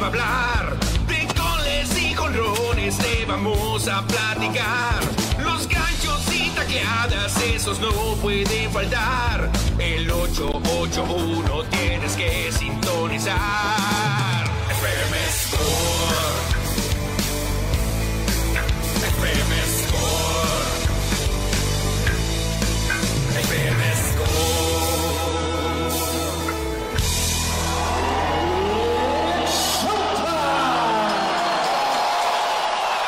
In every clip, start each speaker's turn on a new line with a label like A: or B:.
A: va a hablar. De goles y jonrones te vamos a platicar. Los ganchos y tacleadas, esos no pueden faltar. El 881 tienes que sintonizar. FM Score. FM Score. FM Score.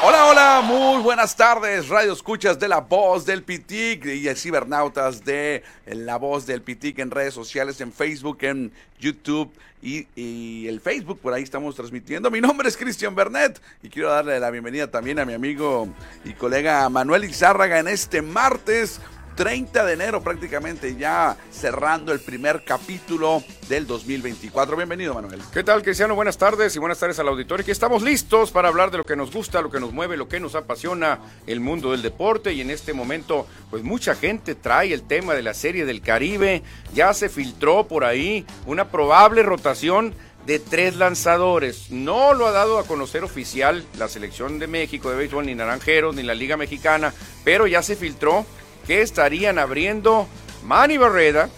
B: Hola, hola, muy buenas tardes, radio escuchas de La Voz del Pitic y cibernautas de La Voz del Pitic en redes sociales, en Facebook, en YouTube y, y el Facebook, por ahí estamos transmitiendo. Mi nombre es Cristian Bernet y quiero darle la bienvenida también a mi amigo y colega Manuel Izárraga en este martes 30 de enero prácticamente, ya cerrando el primer capítulo del 2024. Bienvenido, Manuel.
C: ¿Qué tal, Cristiano? Buenas tardes y buenas tardes al auditorio. Aquí estamos listos para hablar de lo que nos gusta, lo que nos mueve, lo que nos apasiona, el mundo del deporte. Y en este momento, pues mucha gente trae el tema de la Serie del Caribe. Ya se filtró por ahí una probable rotación de tres lanzadores. No lo ha dado a conocer oficial la selección de México de béisbol, ni Naranjeros, ni la Liga Mexicana, pero ya se filtró que estarían abriendo Manny Barreda,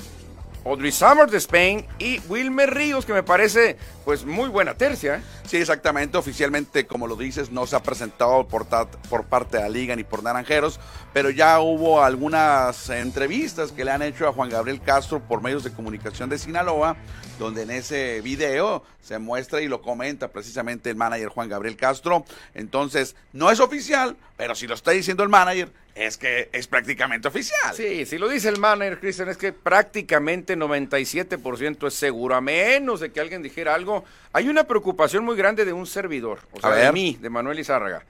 C: Audrey Summers de Spain y Wilmer Ríos, que me parece pues muy buena tercia. ¿eh?
B: Sí, exactamente. Oficialmente, como lo dices, no se ha presentado por, ta- por parte de la liga ni por Naranjeros, pero ya hubo algunas entrevistas que le han hecho a Juan Gabriel Castro por medios de comunicación de Sinaloa, donde en ese video se muestra y lo comenta precisamente el manager Juan Gabriel Castro. Entonces, no es oficial, pero si lo está diciendo el manager, es que es prácticamente oficial.
C: Sí, si lo dice el manager, Cristian, es que prácticamente 97% es seguro, a menos de que alguien dijera algo. Hay una preocupación muy grande de un servidor, o sea, de
B: ver.
C: mí, de Manuel Izárraga.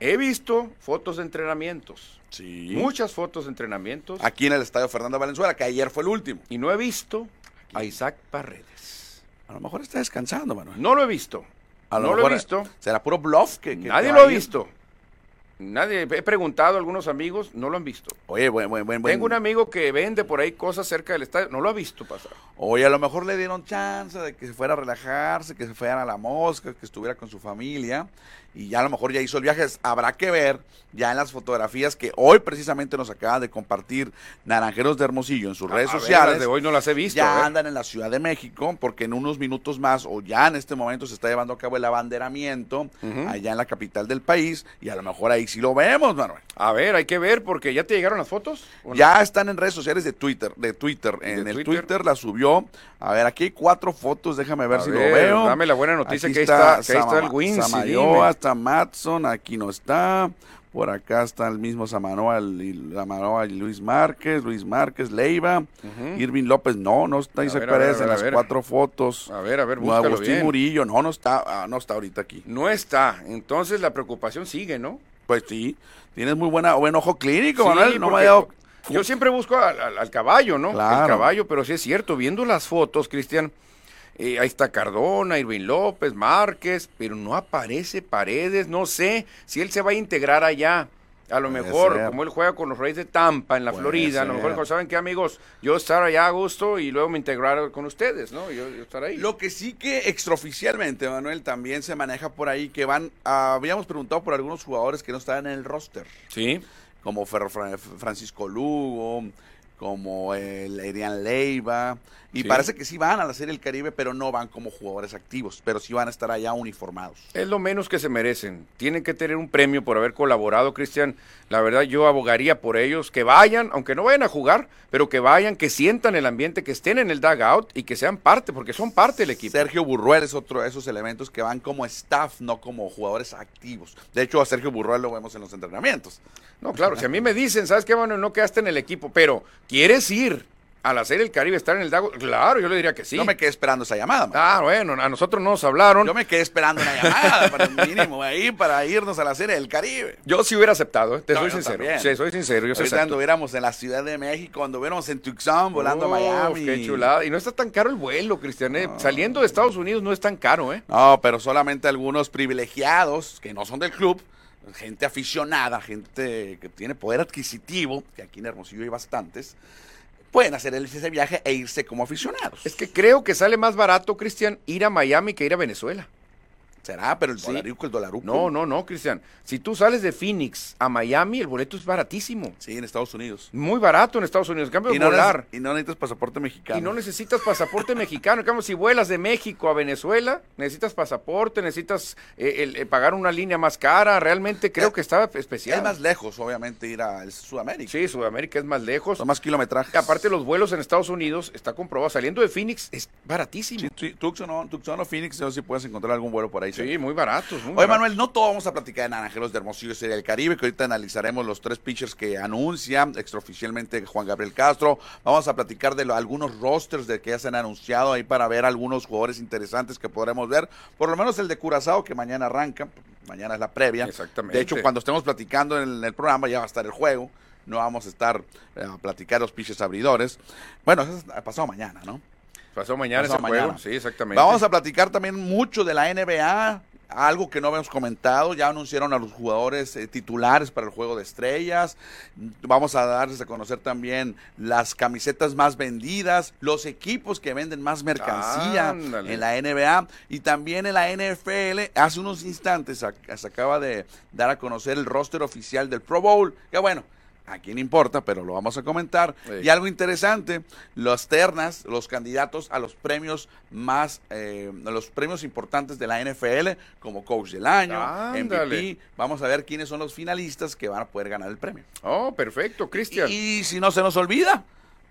C: He visto fotos de entrenamientos,
B: Sí.
C: muchas fotos de entrenamientos,
B: Aquí en el estadio Fernando Valenzuela, que ayer fue el último.
C: y no he visto a Isaac Paredes.
B: A lo mejor está descansando, Manuel.
C: No lo he visto.
B: A
C: no lo
B: mejor
C: he visto.
B: Será puro bluff que, que
C: Nadie
B: te
C: lo ha
B: va a ir.
C: visto. Nadie, he preguntado a algunos amigos, no lo han visto.
B: Oye, buen, buen, buen, buen.
C: Tengo un amigo que vende por ahí cosas cerca del estadio, no lo ha visto pasar.
B: Oye, a lo mejor le dieron chance de que se fuera a relajarse, que se fuera a la mosca, que estuviera con su familia. Y ya a lo mejor ya hizo el viaje. Habrá que ver ya en las fotografías que hoy precisamente nos acaba de compartir Naranjeros de Hermosillo en sus redes
C: Ah, A ver,
B: sociales.
C: las de hoy no las he visto.
B: ya
C: ¿eh?
B: andan en la Ciudad de México, porque en unos minutos más o ya en este momento se está llevando a cabo el abanderamiento
C: Ujú.
B: allá en la capital del país. Y a lo mejor ahí sí lo vemos, Manuel.
C: A ver, hay que ver porque ya te llegaron las fotos. ¿o no?
B: Ya están en redes sociales de Twitter, de Twitter.
C: ¿De
B: en el
C: Twitter?
B: Twitter la subió. A ver, aquí hay cuatro fotos, déjame ver
C: A
B: si
C: ver,
B: lo veo.
C: dame la buena noticia
B: Aquí
C: que ahí está- que ahí está el
B: Sama-
C: Wincy,
B: Samayoa,
C: dime.
B: está Matson, aquí no está. Por acá está el mismo Samanoa, el- Samanoa y Luis Márquez, Luis Márquez, Leiva,
C: Ujú.
B: Irving López, no, no está
C: A
B: Isaac
C: ver, a ver,
B: Paredes
C: a ver,
B: en
C: a
B: las
C: ver.
B: cuatro fotos.
C: A ver, a ver,
B: No,
C: búscalo
B: Agustín
C: bien.
B: Murillo, no, no está, ah, no está ahorita aquí.
C: No está, entonces la preocupación sigue, ¿no?
B: Pues sí, tienes muy buena, buen ojo clínico,
C: Sí,
B: Manuel, no me
C: porque
B: ha dado
C: Yo siempre busco al, al- al caballo, ¿no?
B: Claro.
C: El caballo, pero sí es cierto, viendo las fotos, Cristian, eh, ahí está Cardona, Irving López, Márquez, pero no aparece Paredes, no sé si él se va a integrar allá. A lo
B: Puede
C: mejor,
B: ser.
C: como él juega con los Reyes de Tampa en la
B: Puede
C: Florida, a lo mejor,
B: ser.
C: dijo, ¿saben qué, amigos? Yo estar allá a gusto y luego me integrar con ustedes, ¿no? Yo, yo estar ahí.
B: Lo que sí que extraoficialmente, Manuel, también se maneja por ahí que van. ah, habíamos preguntado por algunos jugadores que no estaban en el roster,
C: Sí.
B: como Fer- Fra- Francisco Lugo, como el Adrián Leiva, y
C: Sí.
B: parece que sí van a la Serie del Caribe, pero no van como jugadores activos, pero sí van a estar allá uniformados.
C: Es lo menos que se merecen. Tienen que tener un premio por haber colaborado, Cristian. La verdad, yo abogaría por ellos que vayan, aunque no vayan a jugar, pero que vayan, que sientan el ambiente, que estén en el dugout y que sean parte, porque son parte del equipo.
B: Sergio Burruel es otro de esos elementos que van como staff, no como jugadores activos. De hecho, a Sergio Burruel lo vemos en los entrenamientos.
C: No, claro, si a mí me dicen, ¿sabes qué, Manuel? No quedaste en el equipo, pero ¿quieres ir a la Serie del Caribe, estar en el dugout? Claro, yo le diría que sí.
B: Yo me quedé esperando esa llamada. Manuel.
C: Ah, bueno, a nosotros no nos hablaron.
B: Yo me quedé esperando una llamada para el mínimo ahí para irnos a la serie del Caribe.
C: Yo sí hubiera aceptado, ¿eh? te
B: No,
C: soy
B: yo
C: sincero.
B: también.
C: Sí, soy sincero, yo sí
B: Ahorita
C: acepto.
B: anduviéramos en la Ciudad de México, cuando anduviéramos en Tucson, volando
C: Uf,
B: a Miami.
C: Qué chulada. Y no está tan caro el vuelo, Cristian. ¿eh? Saliendo de Estados Unidos no es tan caro, ¿eh?
B: No, pero solamente algunos privilegiados que no son del club, gente aficionada, gente que tiene poder adquisitivo, que aquí en Hermosillo hay bastantes, pueden hacer el- ese viaje e irse como aficionados.
C: Es que creo que sale más barato, Cristian, ir a Miami que ir a Venezuela.
B: Será, pero el
C: Sí.
B: dolaruco, el dolaruco.
C: No, no, no, Cristian. Si tú sales de Phoenix a Miami, el boleto es baratísimo.
B: Sí, en Estados Unidos.
C: Muy barato en Estados Unidos. En cambio,
B: Y no,
C: volar.
B: neces- y no necesitas pasaporte mexicano.
C: Y no necesitas pasaporte mexicano. En cambio, si vuelas de México a Venezuela, necesitas pasaporte, necesitas eh, el- eh, pagar una línea más cara. Realmente creo
B: Es-
C: que está especial.
B: Es más lejos, obviamente, ir a es Sudamérica.
C: Sí, Sudamérica es más lejos.
B: Son más kilometrajes.
C: Aparte, los vuelos en Estados Unidos está comprobado. Saliendo de Phoenix es baratísimo.
B: Sí, sí, Tucson o Tucson o Phoenix, no sé si puedes encontrar algún vuelo por ahí. ¿eh?
C: Sí, muy baratos. Muy
B: Oye,
C: baratos.
B: Manuel, no todo vamos a platicar en Naranjeros de Hermosillo Sería el Caribe, que ahorita analizaremos los tres pitchers que anuncia extraoficialmente Juan Gabriel Castro. Vamos a platicar de lo- algunos rosters de que ya se han anunciado ahí para ver algunos jugadores interesantes que podremos ver. Por lo menos el de Curazao, que mañana arranca. Mañana es la previa.
C: Exactamente.
B: De hecho, cuando estemos platicando en el, programa ya va a estar el juego. No vamos a estar eh, a platicar los pitchers abridores. Bueno, eso es pasado mañana, ¿no?
C: Pasó mañana
B: Pasado
C: ese
B: mañana.
C: juego. Sí, exactamente.
B: Vamos a platicar también mucho de la NBA, algo que no habíamos comentado, ya anunciaron a los jugadores eh, titulares para el juego de estrellas, vamos a darles a conocer también las camisetas más vendidas, los equipos que venden más mercancía
C: Ándale.
B: en la NBA y también en la NFL. Hace unos instantes ac- se acaba de dar a conocer el roster oficial del Pro Bowl, que bueno. A quién importa, pero lo vamos a comentar.
C: Sí.
B: Y algo interesante, las ternas, los candidatos a los premios más, eh, a los premios importantes de la NFL, como Coach del Año,
C: Ándale.
B: MVP. Vamos a ver quiénes son los finalistas que van a poder ganar el premio.
C: Oh, perfecto, Cristian.
B: Y, si no se nos olvida,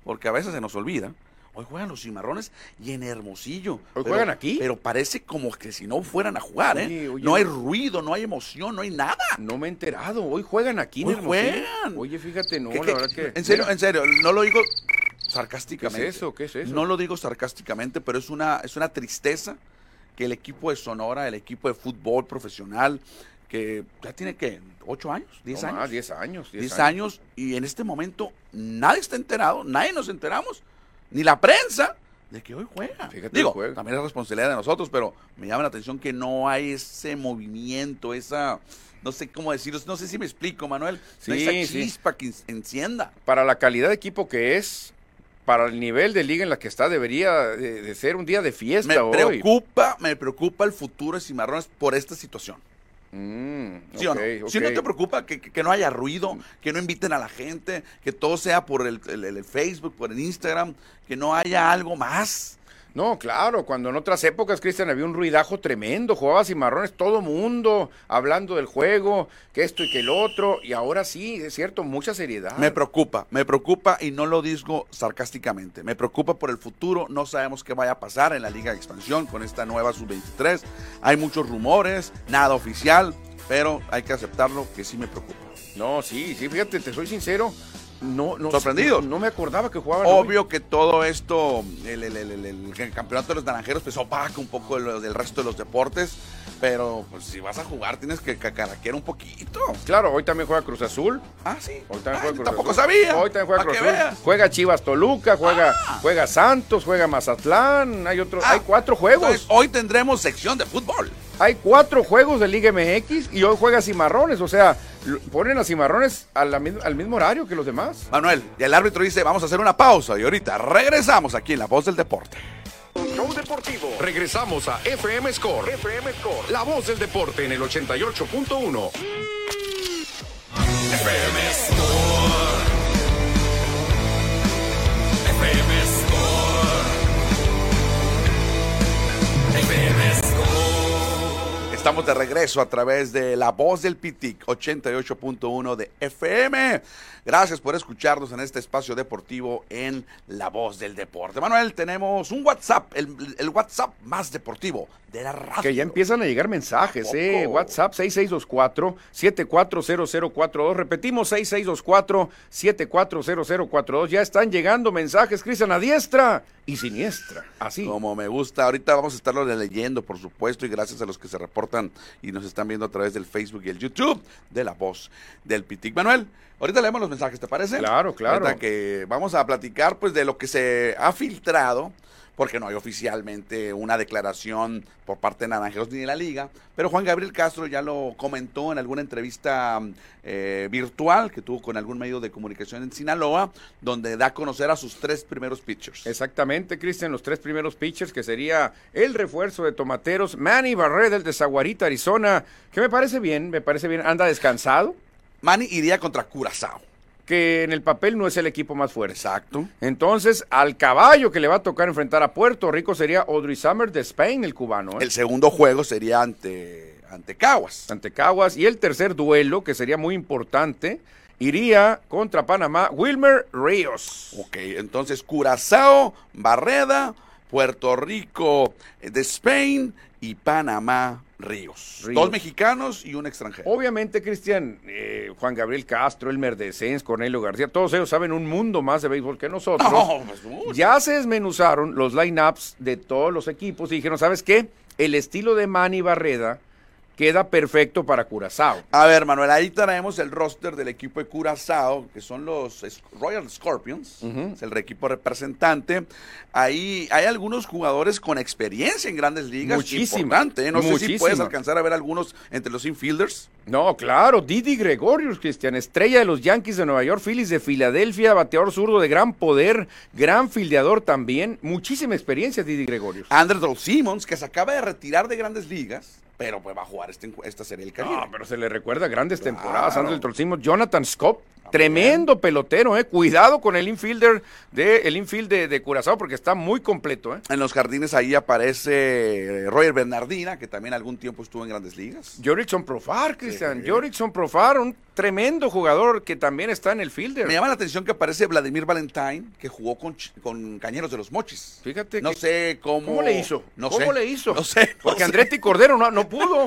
B: porque a veces se nos olvida, hoy juegan los cimarrones y en Hermosillo. Pero-
C: juegan aquí?
B: Pero parece como que si no fueran a jugar,
C: Oye,
B: ¿eh?
C: oye.
B: No hay ruido, no hay emoción, no hay nada.
C: No me he enterado. Hoy juegan aquí, en
B: Hoy
C: Hermosillo.
B: juegan.
C: Oye, fíjate, no,
B: ¿Qué-
C: la
B: qué-
C: verdad que.
B: En serio,
C: Mira,
B: en serio, no lo digo sarcásticamente.
C: ¿Qué es eso? ¿Qué es eso?
B: No lo digo sarcásticamente, pero es una, es una tristeza que el equipo de Sonora, el equipo de fútbol profesional, que ya tiene que, ¿8 años? ¿10
C: no
B: años?
C: más, 10 años.
B: 10 años y en este momento nadie está enterado, nadie nos enteramos, ni la prensa, de que hoy juega.
C: Fíjate,
B: Digo,
C: hoy juega.
B: también es responsabilidad de nosotros, pero me llama la atención que no hay ese movimiento, esa, no sé cómo decirlo, no sé si me explico, Manuel, no hay
C: Sí,
B: esa
C: sí.
B: chispa que en- encienda.
C: Para la calidad de equipo que es, para el nivel de liga en la que está, debería de, de ser un día de fiesta
B: Me
C: hoy.
B: preocupa, me preocupa el futuro de Cimarrones por esta situación.
C: Mm,
B: ¿Sí o no?
C: ok,
B: Si no
C: ok. Mm.
B: te preocupa que, que- que no haya ruido, que no inviten a la gente, que todo sea por el- el- el Facebook, por el Instagram, que no haya algo más.
C: No, claro, cuando en otras épocas, Cristian, había un ruidajo tremendo, jugaba cimarrones todo mundo, hablando del juego, que esto y que el otro, y ahora sí, es cierto, mucha seriedad.
B: Me preocupa, me preocupa y no lo digo sarcásticamente. Me preocupa por el futuro. No sabemos qué vaya a pasar en la Liga de Expansión con esta nueva sub-23. Hay muchos rumores, nada oficial, pero hay que aceptarlo que sí me preocupa.
C: No, sí, sí, fíjate, te soy sincero, no, no.
B: Sorprendido.
C: No, no me acordaba que jugaban hoy.
B: Obvio que todo esto, el, el- el- el- el- el campeonato de los naranjeros, pues opaca un poco lo del resto de los deportes. Pero pues, si vas a jugar, tienes que cacaraquear un poquito.
C: Claro, hoy también juega Cruz Azul.
B: Ah, sí.
C: Hoy también
B: Ah,
C: juega Cruz
B: tampoco
C: Azul.
B: sabía.
C: Hoy también juega
B: Pa' que
C: Cruz Azul.
B: veas.
C: Juega Chivas Toluca, juega, juega Santos, juega Mazatlán. Hay otro,
B: Ah,
C: hay cuatro juegos.
B: Entonces, hoy tendremos sección de fútbol.
C: Hay cuatro juegos de Liga MX y hoy juega Cimarrones. O sea, lo- ponen a Cimarrones a la mi- al mismo horario que los demás.
B: Manuel, y el árbitro dice, vamos a hacer una pausa y ahorita regresamos aquí en La Voz del Deporte.
D: Show deportivo.
A: Regresamos a FM Score,
D: FM Score.
A: la voz del deporte en el 88.1. FM Score. FM Score. FM
B: Estamos de regreso a través de La Voz del Pitic 88.1 de FM. Gracias por escucharnos en este espacio deportivo en La Voz del Deporte. Manuel, tenemos un WhatsApp, el, el WhatsApp más deportivo de la radio.
C: Que ya empiezan a llegar mensajes, ¿eh?
B: Ah, Poco.
C: WhatsApp 6624-740042. Repetimos, 6624-740042. Ya están llegando mensajes, Cristian, a diestra y siniestra. Así.
B: Como me gusta. Ahorita vamos a estarlo leyendo, por supuesto, y gracias a los que se reportan y nos están viendo a través del Facebook y el YouTube de la voz del Pitic. Manuel, ahorita leemos los mensajes, ¿te parece?
C: Claro, claro.
B: Ahorita que vamos a platicar, pues, de lo que se ha filtrado porque no hay oficialmente una declaración por parte de Naranjeros ni de la liga. Pero Juan Gabriel Castro ya lo comentó en alguna entrevista eh, virtual que tuvo con algún medio de comunicación en Sinaloa, donde da a conocer a sus tres primeros pitchers.
C: Exactamente, Cristian, los tres primeros pitchers, que sería el refuerzo de Tomateros, Manny Barrera, el de Zaguarita, Arizona, que me parece bien, me parece bien, anda descansado,
B: Manny iría contra Curazao.
C: que en el papel no es el equipo más fuerte.
B: Exacto.
C: Entonces, al caballo que le va a tocar enfrentar a Puerto Rico sería Audrey Summer de Spain, el cubano. ¿eh?
B: El segundo juego sería ante, ante Caguas.
C: ante Caguas. Y el tercer duelo, que sería muy importante, iría contra Panamá, Wilmer Ríos.
B: Ok, entonces Curazao, Barreda, Puerto Rico, eh, de Spain y Panamá, Ríos.
C: Ríos. Oh,
B: Dos mexicanos y un extranjero.
C: Obviamente, Cristian, eh, Juan Gabriel Castro, Elmer Descens, Cornelio García, todos ellos saben un mundo más de béisbol que nosotros.
B: No, pues, mucho.
C: Ya se desmenuzaron los lineups de todos los equipos y dijeron, ¿sabes qué? El estilo de Manny Barreda queda perfecto para Curazao.
B: A ver, Manuel, ahí traemos el roster del equipo de Curazao, que son los es- Royal Scorpions, es el re- equipo representante. Ahí hay algunos jugadores con experiencia en grandes ligas.
C: Muchísima,
B: Importante, ¿eh? No sé si puedes
C: muchísima.
B: alcanzar a ver algunos entre los infielders.
C: No, claro, Didi Gregorius, Cristian, estrella de los Yankees de Nueva York, Phillies de Filadelfia, bateador zurdo de gran poder, gran fildeador también, muchísima experiencia Didi Gregorius.
B: Andrew Simmons, que se acaba de retirar de grandes ligas, pero pues va a jugar este encu- esta serie del Caribe.
C: No, pero se le recuerda grandes
B: Claro.
C: temporadas, Andrés Torcimo, Jonathan Scott, tremendo pelotero, eh, cuidado con el infielder de el infield de, de Curazao porque está muy completo, eh.
B: En los jardines ahí aparece eh, Roger Bernardina, que también algún tiempo estuvo en grandes ligas.
C: Jorikson Profar, Cristian, Jorikson Profar, un tremendo jugador que también está en el fielder.
B: Me llama la atención que aparece Vladimir Valentine, que jugó con, Ch- con Cañeros de los Mochis.
C: Fíjate
B: No
C: que-
B: sé cómo.
C: ¿Cómo le hizo?
B: Eh, No
C: ¿Cómo
B: sé.
C: le hizo?
B: No sé. no
C: Porque
B: sé.
C: Andretti Cordero no, no pudo.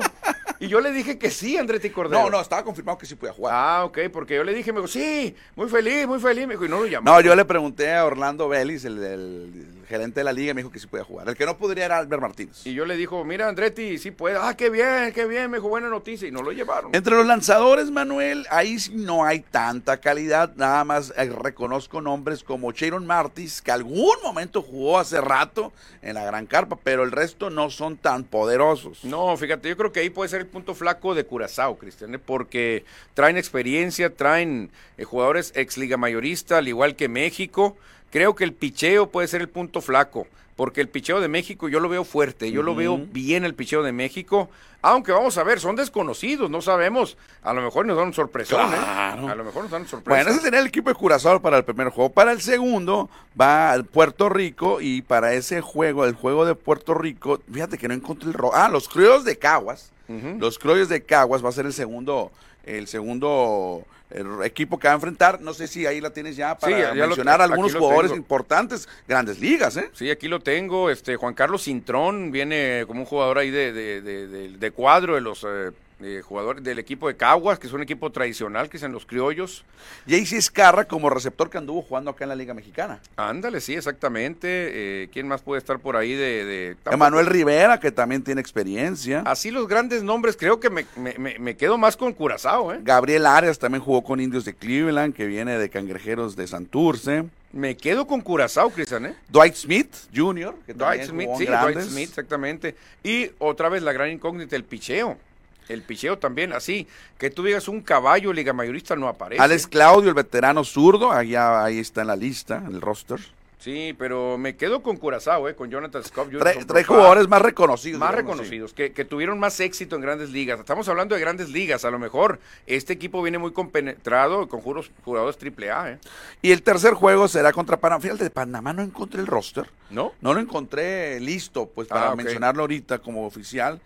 C: Y yo le dije que sí, Andretti Cordero.
B: No, no, estaba confirmado que sí podía jugar.
C: Ah, ok, porque yo le dije, me dijo, sí, muy feliz, muy feliz. Me dijo, y no lo llamó.
B: No, yo le pregunté a Orlando Vélez, el, el- el gerente de la liga, y me dijo que sí podía jugar. El que no podría era Albert Martínez.
C: Y yo le dijo, mira, Andretti, sí puede. Ah, qué bien, qué bien, me dijo, buena noticia. Y no lo llevaron.
B: Entre los lanzadores, Manuel, ahí sí no hay tanta calidad. Nada más eh, reconozco nombres como Sharon Martis, que algún momento jugó hace rato en la Gran Carpa, pero el resto no son tan poderosos.
C: No, fíjate, yo creo que ahí puede ser el punto flaco de Curazao, Cristian, ¿eh? porque traen experiencia, traen eh, jugadores ex liga mayorista, al igual que México. Creo que el picheo puede ser el punto flaco, porque el picheo de México yo lo veo fuerte, yo lo veo bien el picheo de México, aunque vamos a ver, son desconocidos, no sabemos, a lo mejor nos dan un sorpresón, ¿eh?
B: Claro.
C: a lo mejor nos dan sorpresa.
B: Bueno, ese sería el equipo de Curazao para el primer juego. Para el segundo va al Puerto Rico y para ese juego, el juego de Puerto Rico, fíjate que no encontré el ro Ah, los criollos de Caguas. Los criollos de Caguas va a ser el segundo el segundo eh, equipo que va a enfrentar. No sé si ahí la tienes ya para
C: Sí, ya lo-
B: mencionar
C: aquí
B: algunos
C: lo
B: jugadores
C: tengo.
B: importantes, grandes ligas, ¿eh?
C: Sí, aquí lo tengo. Este Juan Carlos Cintrón viene como un jugador ahí de, de- de- de- de cuadro de los eh, eh, jugadores del equipo de Caguas, que es un equipo tradicional, que es en los criollos.
B: Jaycee Escarra como receptor que anduvo jugando acá en la Liga Mexicana.
C: Ándale, sí, exactamente. Eh, ¿Quién más puede estar por ahí de, de- tampoco- Ah,
B: Emanuel Rivera, que también tiene experiencia.
C: Así los grandes nombres, creo que me, me- me- me quedo más con Curazao, ¿eh?
B: Gabriel Arias también jugó con Indios de Cleveland, que viene de Cangrejeros de Santurce.
C: Me quedo con Curazao, Cristian, ¿eh?
B: Dwight Smith Jr., que también
C: Dwight Smith,
B: jugó en
C: sí, Dwight
B: grandes.
C: Smith, exactamente. Y otra vez la gran incógnita, el picheo. El picheo también, así. Que tú digas un caballo, liga mayorista, no aparece.
B: Alex Claudio, el veterano zurdo, allá, ahí está en la lista, en el roster.
C: Sí, pero me quedo con Curazao, eh, con Jonathan Scott.
B: Tre-
C: Jonathan
B: tres
C: Profar,
B: jugadores más reconocidos.
C: más
B: digamos,
C: reconocidos, que, que tuvieron más éxito en grandes ligas. Estamos hablando de grandes ligas. A lo mejor este equipo viene muy compenetrado con juros- jugadores triple A, ¿eh?
B: sí. Y el tercer juego será contra Panamá. Fíjate, de Panamá no encontré el roster.
C: ¿no?
B: No lo encontré listo, pues, para
C: Ah, ok.
B: mencionarlo ahorita como oficial.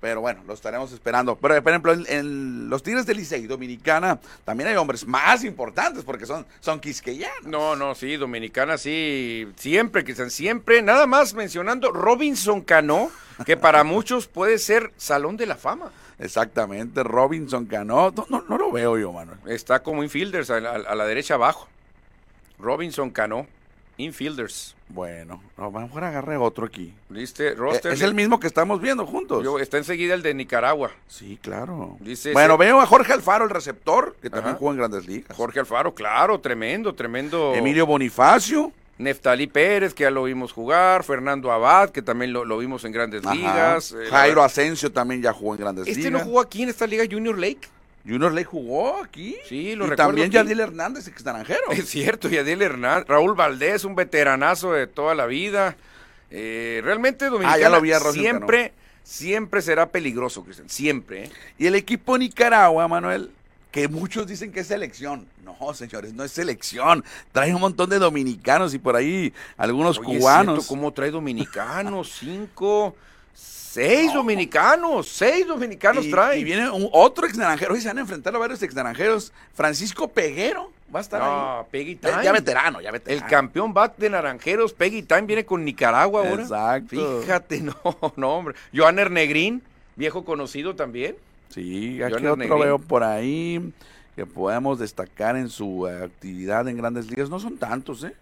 B: Pero bueno, lo estaremos esperando. Pero, por ejemplo, en, en los Tigres de Licey Dominicana también hay hombres más importantes porque son, son quisqueyanos.
C: No, no, sí, Dominicana sí, siempre, Cristian, siempre. Nada más mencionando Robinson Cano, que para muchos puede ser Salón de la Fama.
B: Exactamente, Robinson Cano. No, no, no lo veo yo, Manuel.
C: Está como infielders a la, a la derecha abajo. Robinson Cano, infielders.
B: Bueno, a lo mejor agarré otro aquí.
C: ¿Viste?
B: Eh,
C: Roster
B: es
C: de-
B: el mismo que estamos viendo juntos.
C: Yo- está enseguida el de Nicaragua.
B: Sí, claro.
C: Dice
B: bueno,
C: ese-
B: veo a Jorge Alfaro, el receptor, que también
C: Ajá.
B: jugó en Grandes Ligas.
C: Jorge Alfaro, claro, tremendo, tremendo.
B: Emilio Bonifacio.
C: Neftalí Pérez, que ya lo vimos jugar, Fernando Abad, que también lo, lo vimos en grandes
B: Ajá.
C: ligas. eh, la
B: Jairo
C: verdad-
B: Asensio también ya jugó en Grandes
C: ¿Este no
B: Ligas.
C: jugó aquí en esta liga Junior Lake?
B: Junior Ley jugó aquí.
C: Sí, lo
B: y
C: recuerdo
B: También
C: aquí.
B: Yadiel Hernández, ex naranjero.
C: Es cierto, Yadiel Hernández, Raúl Valdés, un veteranazo de toda la vida. Eh, realmente Dominicana
B: Ah, ya lo vi a Rossi
C: siempre, siempre será peligroso, Cristian, siempre. ¿eh?
B: Y el equipo Nicaragua, Manuel, que muchos dicen que es selección. No, señores, no es selección. Trae un montón de dominicanos y por ahí algunos
C: Oye, es
B: cubanos.
C: cierto, ¿Cómo trae dominicanos? Cinco, seis dominicanos, seis dominicanos
B: y,
C: trae.
B: y viene un- otro ex naranjero. Hoy se van a enfrentar a varios ex naranjeros. Francisco Peguero va a estar ahí.
C: No, Peggy
B: Ya-
C: Time.
B: Ya veterano, ya veterano.
C: Ah, El campeón bat de Naranjeros, Peggy Time, viene con Nicaragua ahora.
B: Exacto.
C: Fíjate, no, no, hombre. Joanner Negrín, viejo conocido también.
B: Sí, aquí
C: Jonas
B: otro
C: Negrín.
B: veo por ahí que podemos destacar en su eh, actividad en grandes ligas. No son tantos, ¿eh?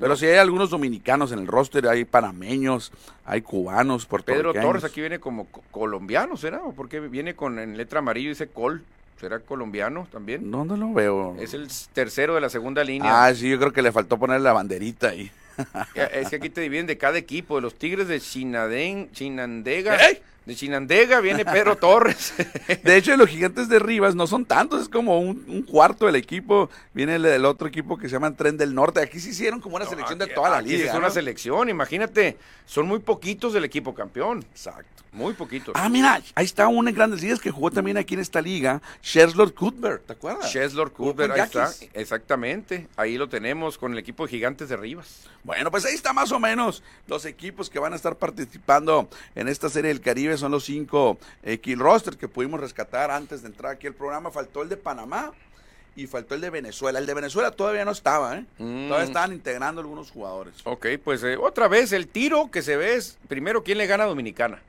B: Pero sí hay algunos dominicanos en el roster, hay panameños, hay cubanos,
C: Pedro
B: puertorriqueños.
C: Torres aquí viene como co- colombiano, ¿será? ¿O por qué viene con en letra amarilla y dice col? ¿Será colombiano también?
B: No, no lo veo.
C: Es el s- tercero de la segunda línea.
B: Ah, sí, yo creo que le faltó poner la banderita ahí.
C: Eh, Es que aquí te dividen de cada equipo, de los Tigres de Chinadén, Chinandega.
B: ¿Eh?
C: De Chinandega viene Pedro Torres.
B: De hecho, los gigantes de Rivas no son tantos, es como un, un cuarto del equipo. Viene el del otro equipo que se llama Tren del Norte. Aquí se hicieron como una selección de
C: Aquí-
B: toda la
C: aquí
B: liga.
C: Es una
B: ¿no?
C: selección, imagínate. Son muy poquitos del equipo campeón.
B: Exacto.
C: Muy poquitos.
B: Ah, mira, ahí está uno en Grandes Ligas que jugó también aquí en esta liga, Sherlock Cuthbert, ¿te acuerdas?
C: Cheslor
B: Jugó
C: Cooper,
B: con
C: ahí está.
B: Yaquis.
C: Exactamente. Ahí lo tenemos con el equipo de Gigantes de Rivas.
B: Bueno, pues ahí está más o menos los equipos que van a estar participando en esta serie del Caribe. Son los cinco eh, kill roster que pudimos rescatar antes de entrar aquí al programa. Faltó el de Panamá y faltó el de Venezuela. El de Venezuela todavía no estaba, ¿eh?
C: Mm.
B: Todavía estaban integrando algunos jugadores.
C: Ok, pues eh, otra vez el tiro que se ve es, primero, ¿quién le gana a Dominicana?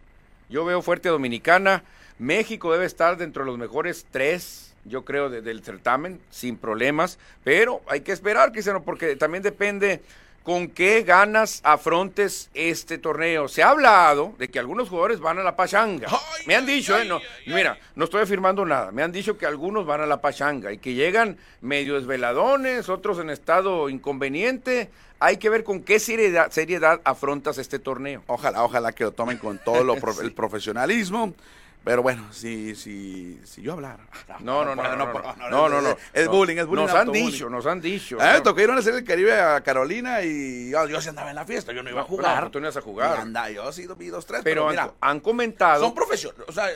C: Yo veo fuerte a Dominicana. México debe estar dentro de los mejores tres, yo creo, de- del certamen, sin problemas. Pero hay que esperar, Cristiano, porque también depende con qué ganas afrontes este torneo. Se ha hablado de que algunos jugadores van a la pachanga. Me han dicho, eh, no, mira, no estoy afirmando nada. Me han dicho que algunos van a la pachanga y que llegan medio desveladones, otros en estado inconveniente. Hay que ver con qué seriedad, seriedad afrontas este torneo.
B: Ojalá, ojalá que lo tomen con todo lo profe- el profesionalismo. Pero bueno, si, si, si yo hablara.
C: No, no, no, no, no,
B: no,
C: no, no,
B: es-
C: no.
B: Es bullying, es bullying.
C: Nos han
B: autobullying. Ah,
C: dicho, nos han dicho.
B: A mí me
C: no.
B: tocó ir a una serie del Caribe a Carolina y yo, yo sí andaba en la fiesta, yo no iba a
C: No, pero
B: jugar.
C: no, tú no ibas a jugar.
B: Y Anda, yo sí vi dos, tres, pero,
C: Pero han,
B: mira,
C: han comentado.
B: son profesionales, o sea,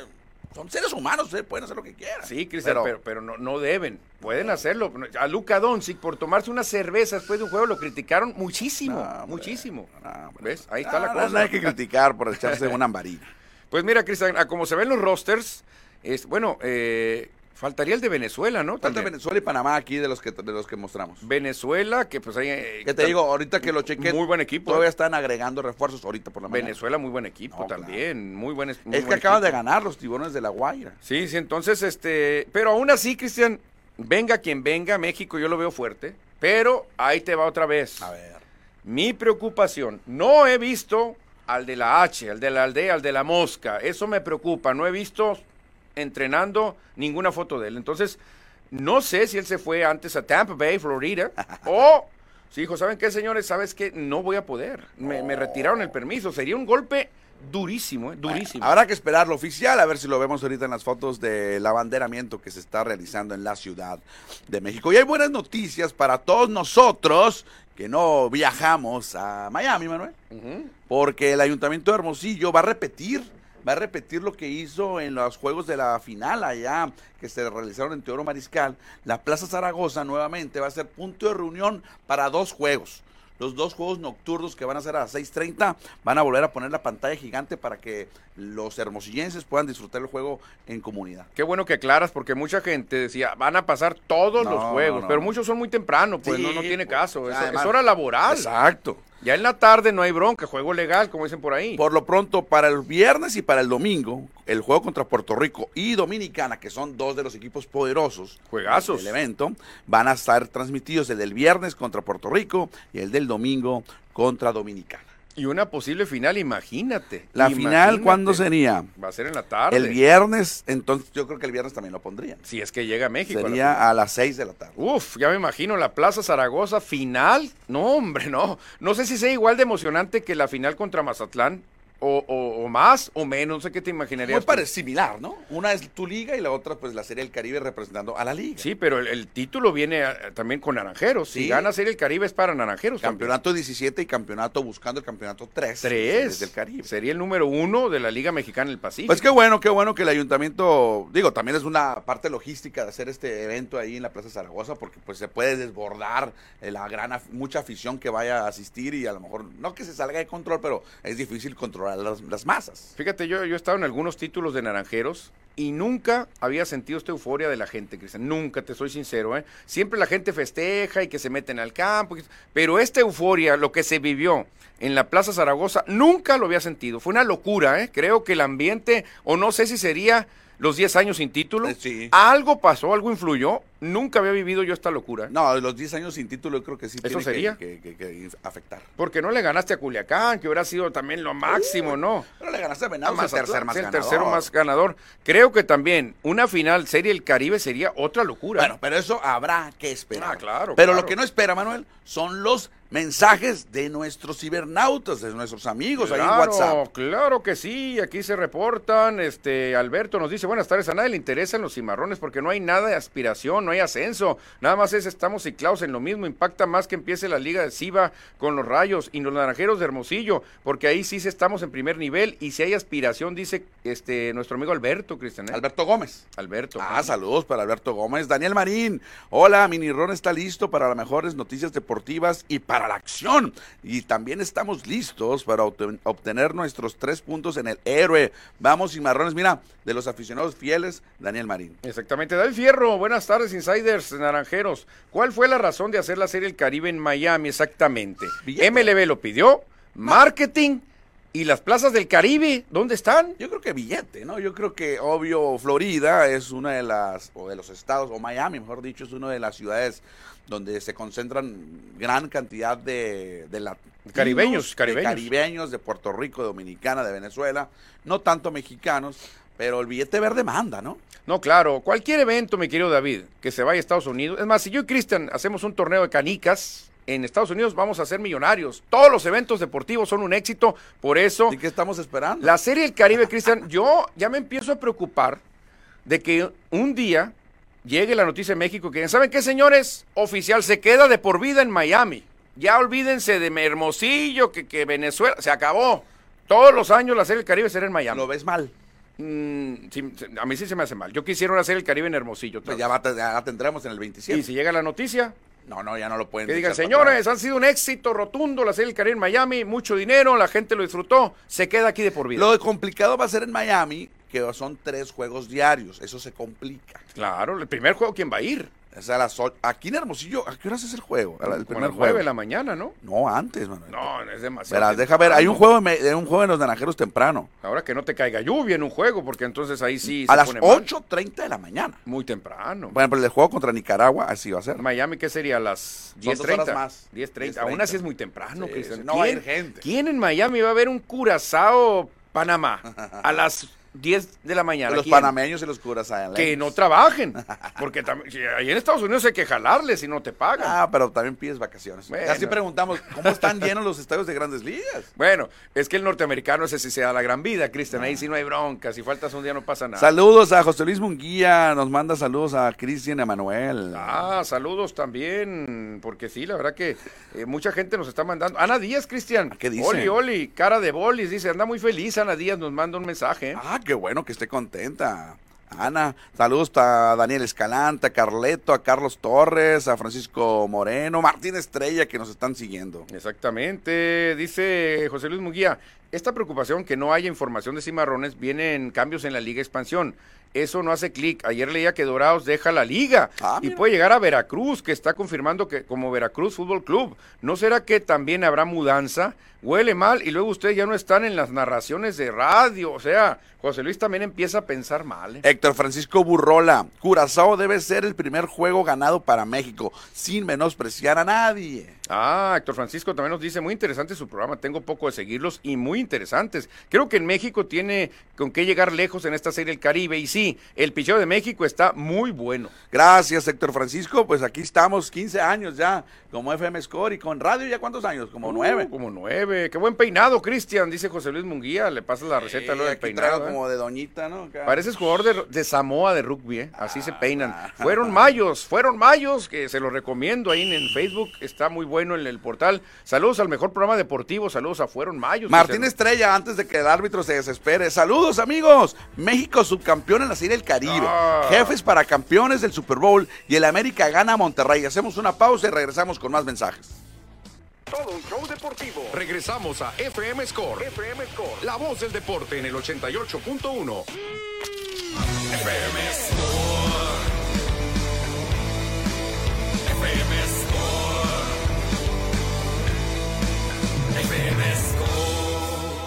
B: son seres humanos, eh, pueden hacer lo que quieran.
C: Sí, Cristian, pero,
B: Pero-
C: pero, no, no deben. Pueden hacerlo. A Luca Doncic por tomarse una cerveza después de un juego lo criticaron muchísimo,
B: No, hombre,
C: muchísimo.
B: no, hombre.
C: ¿Ves? Ahí está
B: Ah,
C: la
B: no,
C: cosa.
B: No hay que criticar por echarse una ambarina.
C: Pues mira, Cristian, a como se ven los rosters, es, bueno, eh, faltaría el de Venezuela, ¿no?
B: Falta
C: También.
B: Venezuela y Panamá aquí de los que, de los que mostramos.
C: Venezuela, que pues ahí... eh,
B: Que te digo, ahorita que lo chequé.
C: Muy buen equipo,
B: Todavía
C: eh.
B: están agregando refuerzos ahorita por la mañana.
C: Venezuela, muy buen equipo
B: No, claro.
C: también, muy buen muy
B: Es que
C: buen
B: acaban
C: equipo.
B: de ganar los tiburones de la Guaira.
C: Sí, sí, entonces, este, pero aún así, Cristian, venga quien venga, México yo lo veo fuerte, pero ahí te va otra vez.
B: A ver.
C: Mi preocupación, no he visto al de la H, al de la aldea, al de la mosca. Eso me preocupa. No he visto entrenando ninguna foto de él. Entonces, no sé si él se fue antes a Tampa Bay, Florida, o si dijo, ¿saben qué, señores? ¿Sabes qué? No voy a poder. Me,
B: Oh.
C: me retiraron el permiso. Sería un golpe durísimo, ¿eh? Durísimo.
B: Habrá que esperar lo oficial, a ver si lo vemos ahorita en las fotos del abanderamiento que se está realizando en la Ciudad de México. Y hay buenas noticias para todos nosotros que no viajamos a Miami, Manuel,
C: Ujú.
B: porque el Ayuntamiento de Hermosillo va a repetir, va a repetir lo que hizo en los juegos de la final allá que se realizaron en Teodoro Mariscal. La Plaza Zaragoza nuevamente va a ser punto de reunión para dos juegos. Los dos juegos nocturnos que van a ser a las 6.30 van a volver a poner la pantalla gigante para que los hermosillenses puedan disfrutar el juego en comunidad.
C: Qué bueno que aclaras, porque mucha gente decía, van a pasar todos los
B: No,
C: juegos,
B: no,
C: pero
B: no.
C: muchos son muy temprano, pues
B: Sí,
C: no, no tiene
B: pues,
C: caso. Es,
B: además-
C: es hora laboral.
B: Exacto.
C: Ya en la tarde no hay bronca, juego legal, como dicen por ahí.
B: Por lo pronto, para el viernes y para el domingo, el juego contra Puerto Rico y Dominicana, que son dos de los equipos poderosos
C: Juegazos.
B: del evento, van a estar transmitidos el del viernes contra Puerto Rico y el del domingo contra Dominicana.
C: Y una posible final, imagínate.
B: ¿La final
C: imagínate.
B: cuándo sería?
C: Va a ser en la tarde.
B: El viernes, entonces yo creo que el viernes también lo pondrían.
C: Si es que llega a México. a la final.
B: Sería a las 6 de la tarde.
C: Uf, ya me imagino la Plaza Zaragoza final. No, hombre, no. No sé si sea igual de emocionante que la final contra Mazatlán. O, o- o más o menos, no sé qué te imaginarías.
B: Muy
C: tú.
B: pare- similar, ¿no? Una es tu liga y la otra pues la Serie del Caribe representando a la liga.
C: Sí, pero el, el título viene eh, también con Naranjeros. Si
B: Sí.
C: gana Serie el Caribe es para Naranjeros. también.
B: Campeonato 17 y campeonato buscando el campeonato 3.
C: Tres.
B: del Caribe.
C: Sería el número uno de la Liga Mexicana del Pacífico.
B: Pues qué bueno, qué bueno que el ayuntamiento, digo, también es una parte logística de hacer este evento ahí en la Plaza Zaragoza, porque pues se puede desbordar eh, la gran, af- mucha afición que vaya a asistir y a lo mejor, no que se salga de control, pero es difícil controlar las, las masas.
C: Fíjate, yo, yo he estado en algunos títulos de Naranjeros y nunca había sentido esta euforia de la gente, Cristian. Nunca, te soy sincero. ¿eh? Siempre la gente festeja y que se meten al campo. y- Pero esta euforia, lo que se vivió en la Plaza Zaragoza, nunca lo había sentido. Fue una locura. ¿eh? Creo que el ambiente, o no sé si sería los 10 años sin título.
B: Eh, sí.
C: Algo pasó, algo influyó. Nunca había vivido yo esta locura. ¿eh?
B: No, los 10 años sin título yo creo que sí
C: ¿Eso
B: tiene que-
C: sería?
B: Que, que- que afectar.
C: Porque no le ganaste a Culiacán, que hubiera sido también lo máximo, ¿no?
B: Pero le ganaste a Venados, el
C: Mazatlán,
B: tercer más
C: es el
B: ganador.
C: tercero más ganador. Creo que también una final Serie del Caribe sería otra locura.
B: Bueno, pues, pero eso habrá que esperar.
C: Ah, claro,
B: Pero
C: claro.
B: lo que no espera, Manuel, son los mensajes de nuestros cibernautas, de nuestros amigos pues, ahí en
C: Claro,
B: WhatsApp.
C: claro que sí, aquí se reportan, este Alberto nos dice, buenas tardes, a nadie le interesan los cimarrones porque no hay nada de aspiración, no hay ascenso, nada más es estamos ciclados en lo mismo, impacta más que empiece la liga de Ciba con los rayos y los naranjeros de Hermosillo, porque ahí sí se estamos en primer nivel y si hay aspiración, dice este nuestro amigo Alberto, Cristian. ¿eh?
B: Alberto Gómez.
C: Alberto.
B: Ah, saludos para Alberto Gómez. Daniel Marín. Hola, Minirrón está listo para las mejores noticias deportivas y para la acción. Y también estamos listos para obten- obtener nuestros tres puntos en el héroe. Vamos, Cimarrones. Mira, de los aficionados fieles, Daniel Marín.
C: Exactamente. David Fierro, buenas tardes, insiders naranjeros. ¿Cuál fue la razón de hacer la serie El Caribe en Miami exactamente?
B: Billete.
C: MLB lo pidió, marketing y las plazas del Caribe, ¿dónde están?
B: Yo creo que billete, ¿no? Yo creo que, obvio, Florida es una de las, o de los estados, o Miami, mejor dicho, es una de las ciudades donde se concentran gran cantidad de, de la-
C: Caribeños,
B: de
C: caribeños.
B: caribeños, de Puerto Rico, Dominicana, de Venezuela, no tanto mexicanos, pero el billete verde manda, ¿no?
C: No, claro, cualquier evento, mi querido David, que se vaya a Estados Unidos. Es más, si yo y Cristian hacemos un torneo de canicas en Estados Unidos, vamos a ser millonarios. Todos los eventos deportivos son un éxito, por eso
B: ¿Y qué estamos esperando?
C: Oh. La serie del Caribe, Cristian, yo ya me empiezo a preocupar de que un día llegue la noticia de México que, ¿saben qué, señores? Oficial, se queda de por vida en Miami. Ya olvídense de Hermosillo, que, que Venezuela, se acabó. Todos los años la serie del Caribe será en Miami.
B: ¿Lo ves mal?
C: Mm, sí, sí, a mí sí se me hace mal. Yo quisiera una serie del Caribe en Hermosillo. otra
B: Pues ya,
C: vez.
B: va, ya la tendremos en el 27.
C: Y si llega la noticia,
B: No, no, ya no lo pueden
C: que digan,
B: echar para
C: señores,
B: atrás.
C: han sido un éxito rotundo la serie del Caribe en Miami, mucho dinero, la gente lo disfrutó, se queda aquí de por vida.
B: Lo complicado va a ser en Miami, que son tres juegos diarios. Eso se complica.
C: Claro, el primer juego, ¿quién va a ir?
B: O sea, a las o- aquí en Hermosillo, ¿a qué horas es el juego? A la- el
C: Como
B: primer
C: a las nueve de
B: juego.
C: la mañana, ¿no?
B: No, antes, Manuel.
C: No, es demasiado.
B: Verás, deja
C: temprano.
B: ver, hay un juego, de me- de un juego en los naranjeros temprano.
C: Ahora que no te caiga lluvia en un juego, porque entonces ahí sí.
B: a
C: se
B: las
C: pone mal.
B: 8.30 de la mañana.
C: Muy temprano.
B: Bueno, pero el juego contra Nicaragua, así va a ser.
C: Miami, ¿qué sería? ¿A las
B: Son
C: 10.30?
B: dos horas más. 10:30.
C: 10.30. Aún así es muy temprano,
B: Sí,
C: Cristian.
B: sí, no va a ir gente.
C: ¿Quién en Miami va a ver un Curazao Panamá a las 10 de la mañana?
B: los
C: ¿Quién?
B: panameños y los curazayanos.
C: Que no trabajen. Porque también, si ahí en Estados Unidos hay que jalarles si no te pagan.
B: Ah, pero también pides vacaciones.
C: Bueno.
B: Así preguntamos, ¿cómo están llenos los estadios de grandes ligas?
C: Bueno, es que el norteamericano ese sí se da la gran vida, Cristian.
B: Ah.
C: Ahí sí no hay bronca. Si faltas un día no pasa nada.
B: Saludos a José Luis Munguía, nos manda saludos a Cristian Emanuel.
C: Ah, saludos también, porque sí, la verdad que eh, mucha gente nos está mandando. Ana Díaz, Cristian.
B: ¿Qué dice?
C: Oli, Oli, cara de bolis, dice, anda muy feliz, Ana Díaz nos manda un mensaje. ¿eh?
B: Ah, qué bueno que esté contenta. Ana, saludos a Daniel Escalante, a Carleto, a Carlos Torres, a Francisco Moreno, Martín Estrella que nos están siguiendo.
C: Exactamente, dice José Luis Muguía, esta preocupación que no haya información de Cimarrones viene en cambios en la Liga Expansión. Eso no hace clic. Ayer leía que Dorados deja la liga
B: Ah,
C: y
B: mira.
C: puede llegar a Veracruz, que está confirmando que como Veracruz Fútbol Club. ¿No será que también habrá mudanza? Huele mal y luego ustedes ya no están en las narraciones de radio. O sea, José Luis también empieza a pensar mal. ¿eh?
B: Héctor Francisco Burrola, Curazao debe ser el primer juego ganado para México, sin menospreciar a nadie.
C: Ah, Héctor Francisco también nos dice, muy interesante su programa, tengo poco de seguirlos y muy interesantes. Creo que en México tiene con qué llegar lejos en esta serie del Caribe y sí, el picheo de México está muy bueno.
B: Gracias, Héctor Francisco. Pues aquí estamos, 15 años ya, como FM Score y con radio, ¿ya cuántos años? Como nueve.
C: Uh, como nueve. Qué buen peinado, Cristian, dice José Luis Munguía, le pasas la receta
B: Eh,
C: luego del
B: aquí
C: peinado.
B: traigo
C: ¿eh?
B: como de doñita, ¿no? Acá.
C: Pareces jugador de, de Samoa de rugby, ¿eh? así se
B: Ah.
C: peinan. Fueron mayos, fueron mayos, que se los recomiendo ahí en, en Facebook, está muy bueno en el portal. Saludos al mejor programa deportivo, saludos a Fueron Mayos.
B: Martín
C: Dice-
B: Estrella, antes de que el árbitro se desespere. Saludos, amigos. México subcampeón en la Serie del Caribe.
C: Ah.
B: Jefes para campeones del Super Bowl y el América gana a Monterrey. Hacemos una pausa y regresamos con más mensajes.
D: Todo un show deportivo.
A: Regresamos a FM Score.
D: FM Score.
A: La voz del deporte en el 88.1.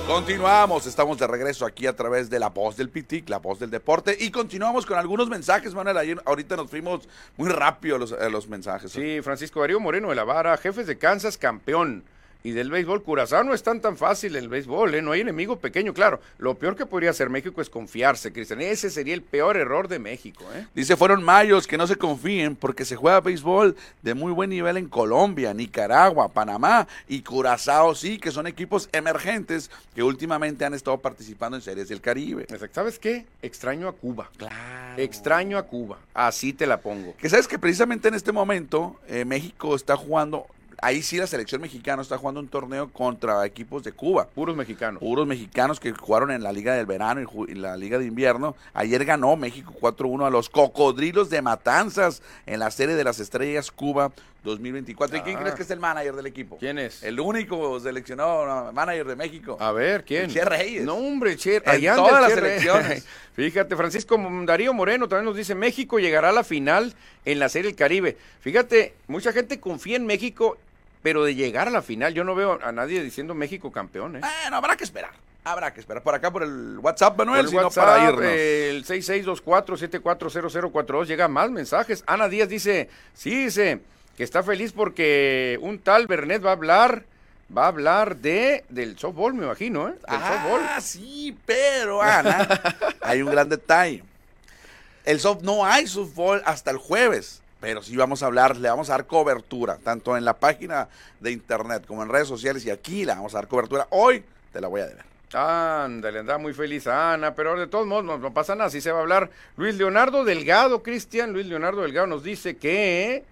B: Continuamos, estamos de regreso aquí a través de la voz del PITIC, la voz del deporte, y continuamos con algunos mensajes, Manuel. Ayer, ahorita nos fuimos muy rápido a los, a los mensajes.
C: Sí, Francisco Darío Moreno de la Vara, jefes de Kansas, campeón. Y del béisbol, Curazao no es tan tan fácil el béisbol, ¿eh? no hay enemigo pequeño, claro. Lo peor que podría hacer México es confiarse, Cristian. Ese sería el peor error de México, ¿eh?
B: Dice, fueron mayos que no se confíen porque se juega béisbol de muy buen nivel en Colombia, Nicaragua, Panamá y Curazao, sí, que son equipos emergentes que últimamente han estado participando en series del Caribe.
C: Exacto. ¿Sabes qué? Extraño a Cuba. Extraño a Cuba. Así te la pongo.
B: Que sabes que precisamente en este momento eh, México está jugando, ahí sí la selección mexicana está jugando un torneo contra equipos de Cuba.
C: Puros mexicanos.
B: Puros mexicanos que jugaron en la Liga del Verano y, ju- y la Liga de Invierno. Ayer ganó México 4-1 a los Cocodrilos de Matanzas en la serie de las Estrellas Cuba 2024. ¿Y quién
C: Ah.
B: crees que es el manager del equipo?
C: ¿Quién es?
B: El único seleccionado no, manager de México.
C: A ver, ¿quién?
B: El Che Reyes.
C: No, hombre, Che.
B: En
C: allá anda
B: todas
C: el
B: las
C: Che Reyes.
B: elecciones.
C: Fíjate, Francisco Darío Moreno también nos dice, México llegará a la final en la Serie del Caribe. Fíjate, mucha gente confía en México, pero de llegar a la final, yo no veo a nadie diciendo México campeón, ¿eh?
B: Bueno, habrá que esperar. Habrá que esperar. Por acá, por el WhatsApp, Manuel,
C: el
B: si no
C: WhatsApp,
B: para irnos.
C: eh, el 6624-740042, llega más mensajes. Ana Díaz dice, sí, dice, que está feliz porque un tal Bernet va a hablar, va a hablar de, del softball, me imagino, ¿eh? Del softball.
B: Ah, sí, pero Ana, hay un gran detalle. El soft no hay softball hasta el jueves, pero sí vamos a hablar, le vamos a dar cobertura, tanto en la página de internet como en redes sociales y aquí le vamos a dar cobertura. Hoy te la voy a deber.
C: Ándale, andaba muy feliz a Ana, pero de todos modos no, no pasa nada, así se va a hablar. Luis Leonardo Delgado, Cristian, Luis Leonardo Delgado nos dice que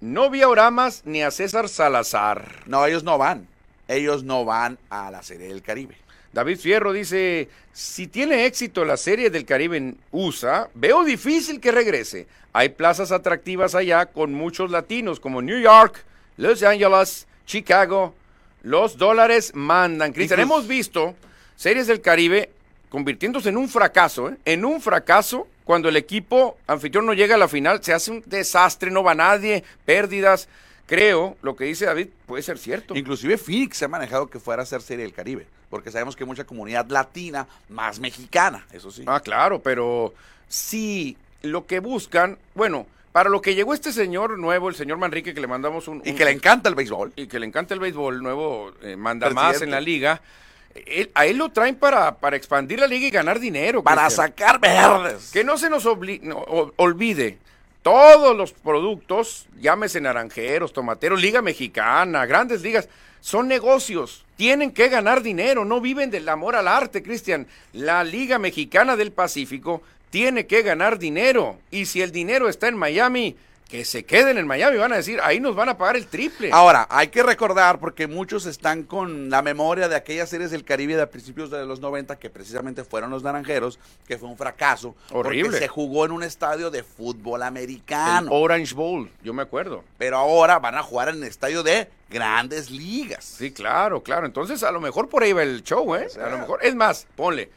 C: no vi a Oramas ni a César Salazar.
B: No, ellos no van. Ellos no van a la Serie del Caribe.
C: David Fierro dice, si tiene éxito la serie del Caribe en USA, veo difícil que regrese. Hay plazas atractivas allá con muchos latinos como New York, Los Ángeles, Chicago. Los dólares mandan. Cristian,
B: Incluso-
C: hemos visto series del Caribe convirtiéndose en un fracaso, ¿eh? en un fracaso. Cuando el equipo anfitrión no llega a la final, se hace un desastre, no va nadie, pérdidas. Creo, lo que dice David puede ser cierto.
B: Inclusive Phoenix se ha manejado que fuera a ser Serie del Caribe, porque sabemos que hay mucha comunidad latina más mexicana, eso sí.
C: Ah, claro, pero sí, lo que buscan, bueno, para lo que llegó este señor nuevo, el señor Manrique, que le mandamos un...
B: y
C: un-
B: que le encanta el béisbol.
C: y que le encanta el béisbol, nuevo eh, manda más
B: Presidente.
C: en la liga, él- a él lo traen para, para expandir la liga y ganar dinero.
B: Para
C: Cristian.
B: sacar verdes.
C: Que no se nos obli- no, o- olvide, todos los productos, llámese naranjeros, tomateros, liga mexicana, grandes ligas, son negocios. Tienen que ganar dinero, no viven del amor al arte, Cristian. La Liga Mexicana del Pacífico tiene que ganar dinero. Y si el dinero está en Miami, que se queden en Miami, van a decir, ahí nos van a pagar el triple.
B: Ahora, hay que recordar, porque muchos están con la memoria de aquellas series del Caribe de principios de los 90, que precisamente fueron los Naranjeros, que fue un fracaso.
C: Horrible.
B: Porque se jugó en un estadio de fútbol
C: El
B: americano.
C: Orange Bowl, yo me acuerdo.
B: Pero ahora van a jugar en el estadio de grandes ligas.
C: Sí, claro, claro. Entonces, a lo mejor por ahí va el show, ¿eh? A lo mejor, es más, ponle,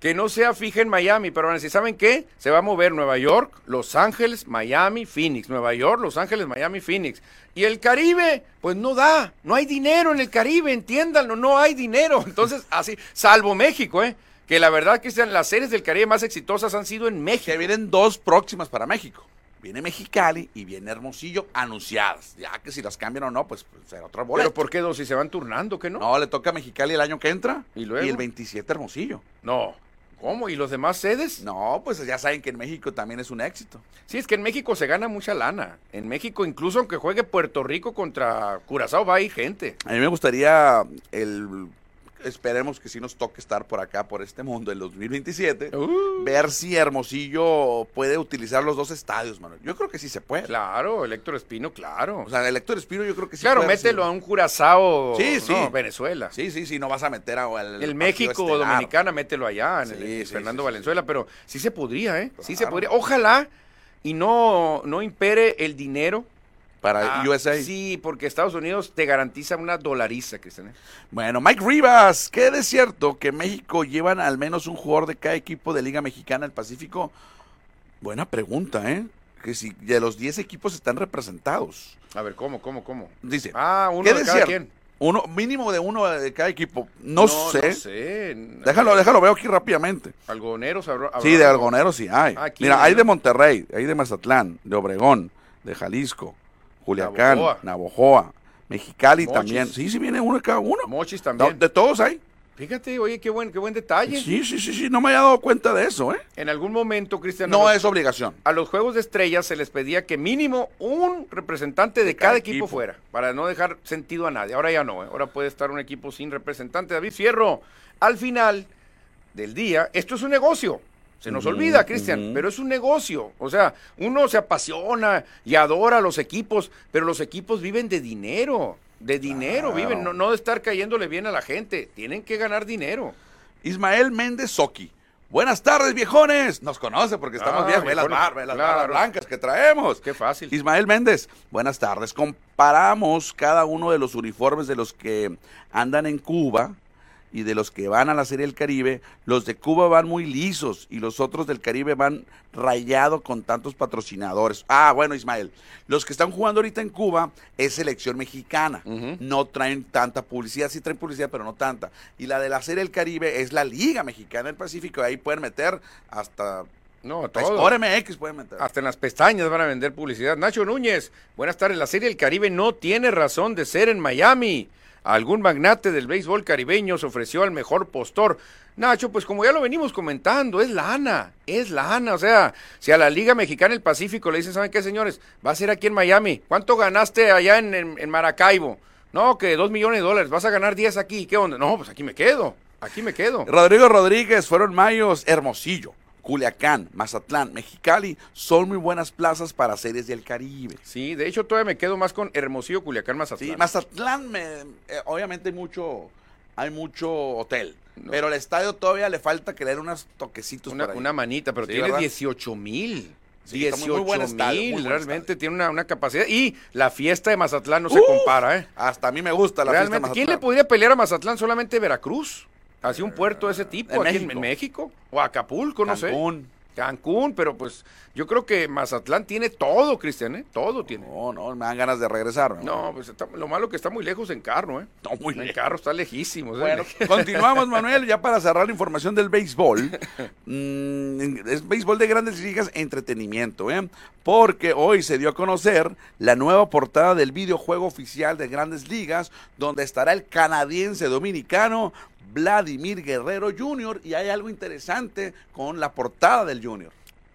C: que no sea fija en Miami, pero van a decir, ¿saben qué? Se va a mover Nueva York, Los Ángeles, Miami, Phoenix. Nueva York, Los Ángeles, Miami, Phoenix. Y el Caribe, pues no da. No hay dinero en el Caribe, entiéndanlo, no hay dinero. Entonces, así, salvo México, ¿eh? Que la verdad, Cristian, las series del Caribe más exitosas han sido en México.
B: Que vienen dos próximas para México. viene Mexicali y viene Hermosillo anunciadas. Ya que si las cambian o no, pues pues, será otra bola.
C: Pero ¿por qué dos? Si se van turnando, ¿qué no?
B: No, le toca a Mexicali el año que entra
C: ¿Y luego?
B: el 27 Hermosillo.
C: No. ¿Cómo? ¿Y los demás sedes?
B: No, pues ya saben que en México también es un éxito.
C: Sí, es que en México se gana mucha lana. En México, incluso aunque juegue Puerto Rico contra Curazao, va a ir gente.
B: A mí me gustaría el esperemos que sí nos toque estar por acá por este mundo en 2027,
C: Uh,
B: ver si Hermosillo puede utilizar los dos estadios, Manuel. Yo creo que sí se puede.
C: claro, el Héctor Espino, claro.
B: O sea, el Héctor Espino yo creo que sí
C: claro,
B: puede haber
C: mételo
B: sido.
C: a un Curazao,
B: Sí, sí.
C: no, Venezuela.
B: Sí, sí, sí, no vas a meter a al-
C: El
B: al
C: México
B: partido estelar.
C: Dominicana, mételo allá, en el-
B: Sí,
C: en
B: sí,
C: Fernando
B: sí, sí.
C: Valenzuela, pero sí se podría, ¿eh? Sí se
B: Claro.
C: podría. Ojalá y no, no impere el dinero.
B: Para
C: Ah,
B: USA.
C: Sí, porque Estados Unidos te garantiza una dolariza, Cristian. ¿eh?
B: Bueno, Mike Rivas, ¿qué es cierto que México llevan al menos un jugador de cada equipo de Liga Mexicana del Pacífico? Buena pregunta, ¿eh? Que si de los 10 equipos están representados.
C: A ver, ¿cómo, cómo, cómo?
B: Dice,
C: Ah, uno
B: ¿qué
C: de
B: es
C: cada
B: cierto?
C: quien.
B: Uno, mínimo de uno de cada equipo. No, sé.
C: sé.
B: Déjalo, déjalo, veo aquí rápidamente.
C: Algodoneros habrá- habrá-
B: Sí, de Algoneros sí hay.
C: Ah, Aquí,
B: Mira,
C: ¿no?
B: hay de Monterrey, hay de Mazatlán, de Obregón, de Jalisco, Culiacán,
C: Navojoa.
B: Navojoa, Mexicali
C: Mochis.
B: también. Sí, sí, viene uno de cada uno.
C: Mochis
B: No,
C: también.
B: de todos hay.
C: Fíjate, oye, qué buen, qué buen detalle.
B: Sí, sí, sí, sí, no me había dado cuenta de eso, ¿eh?
C: En algún momento, Cristian,
B: No
C: a, los,
B: es obligación.
C: a los Juegos de Estrellas se les pedía que mínimo un representante de, cada,
B: cada
C: equipo,
B: equipo.
C: fuera, para no dejar sentido a nadie. Ahora ya no, ¿eh? ahora puede estar un equipo sin representante. David Fierro, al final del día, esto es un negocio. Se nos
B: Ujú,
C: olvida, Cristian,
B: ujú.
C: pero es un negocio. O sea, uno se apasiona y adora a los equipos, pero los equipos viven de dinero. De dinero
B: Claro.
C: viven, no, no de estar cayéndole bien a la gente. Tienen que ganar dinero.
B: Ismael Méndez Soki. Buenas tardes, viejones. Nos conoce porque estamos
C: Ah,
B: viejos. Ve las,
C: viejones.
B: bar- ve las
C: Claro.
B: barras blancas que traemos.
C: Qué fácil.
B: Ismael Méndez, buenas tardes. Comparamos cada uno de los uniformes de los que andan en Cuba y de los que van a la Serie del Caribe. Los de Cuba van muy lisos y los otros del Caribe van rayado con tantos patrocinadores. Ah, bueno, Ismael, los que están jugando ahorita en Cuba es selección mexicana.
C: Ujú.
B: No traen tanta publicidad, sí traen publicidad, pero no tanta. Y la de la Serie del Caribe es la Liga Mexicana del Pacífico. Ahí pueden meter hasta...
C: No, todo.
B: Score MX pueden meter.
C: Hasta en las pestañas van a vender publicidad. Nacho Núñez, buenas tardes. La Serie del Caribe no tiene razón de ser en Miami. Algún magnate del béisbol caribeño se ofreció al mejor postor. Nacho, pues como ya lo venimos comentando, es lana, es lana. O sea, si a la Liga Mexicana del Pacífico le dicen, ¿saben qué, señores? Va a ser aquí en Miami. ¿Cuánto ganaste allá en, en- en Maracaibo? No, que dos millones de dólares. Vas a ganar 10 aquí. ¿Qué onda? No, pues aquí me quedo. Aquí me quedo.
B: Rodrigo Rodríguez, fueron Mayos, Hermosillo, Culiacán, Mazatlán, Mexicali, son muy buenas plazas para series del Caribe.
C: Sí, de hecho todavía me quedo más con Hermosillo, Culiacán, Mazatlán.
B: Sí, Mazatlán, me- eh, obviamente hay mucho, hay mucho hotel, pero al estadio todavía le falta que le den unos toquecitos
C: Una,
B: por ahí.
C: una manita, pero
B: Sí,
C: tiene
B: ¿verdad?
C: 18 mil.
B: Sí, está muy-
C: 18
B: muy buen estadio, muy
C: mil,
B: buen
C: realmente
B: estadio.
C: tiene una, una capacidad. Y la fiesta de Mazatlán no se
B: Uf,
C: compara, ¿eh?
B: Hasta a mí me gusta la
C: realmente,
B: fiesta de
C: ¿quién le
B: Mazatlán.
C: podría pelear a Mazatlán? Solamente Veracruz. Hacia un puerto de ese tipo,
B: Eh, en
C: aquí en-
B: México.
C: en México. O Acapulco, no
B: Cancún.
C: sé. Cancún, pero pues yo creo que Mazatlán tiene todo, Cristian, ¿eh? Todo tiene.
B: No, no, me dan ganas de regresar.
C: No, pues está- lo malo que está muy lejos en carro, ¿eh?
B: No, muy
C: En
B: lejos.
C: carro está lejísimo. ¿eh? o sea,
B: Bueno, continuamos, Manuel, ya para cerrar la información del béisbol. Mm, es béisbol de grandes ligas, entretenimiento, ¿eh? Porque hoy se dio a conocer la nueva portada del videojuego oficial de grandes ligas, donde estará el canadiense dominicano Vladimir Guerrero Jr. Y hay algo interesante con la portada del Junior.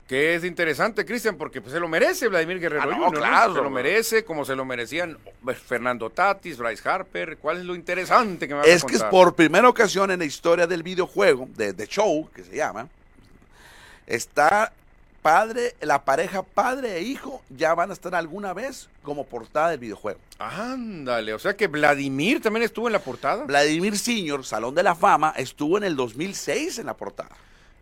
C: Que es interesante, Cristian, porque pues, se lo merece Vladimir Guerrero
B: Ah, no,
C: Jr., ¿no?
B: claro,
C: se lo
B: bro.
C: merece, como se lo merecían eh, Fernando Tatis, Bryce Harper. ¿Cuál es lo interesante que me vas a
B: Es que es
C: contar?
B: por primera ocasión en la historia del videojuego, de, de show, que se llama, está padre, la pareja padre e hijo ya van a estar alguna vez como portada del videojuego.
C: Ándale, o sea que Vladimir también estuvo en la portada.
B: Vladimir Senior, Salón de la Fama, estuvo en el 2006 en la portada.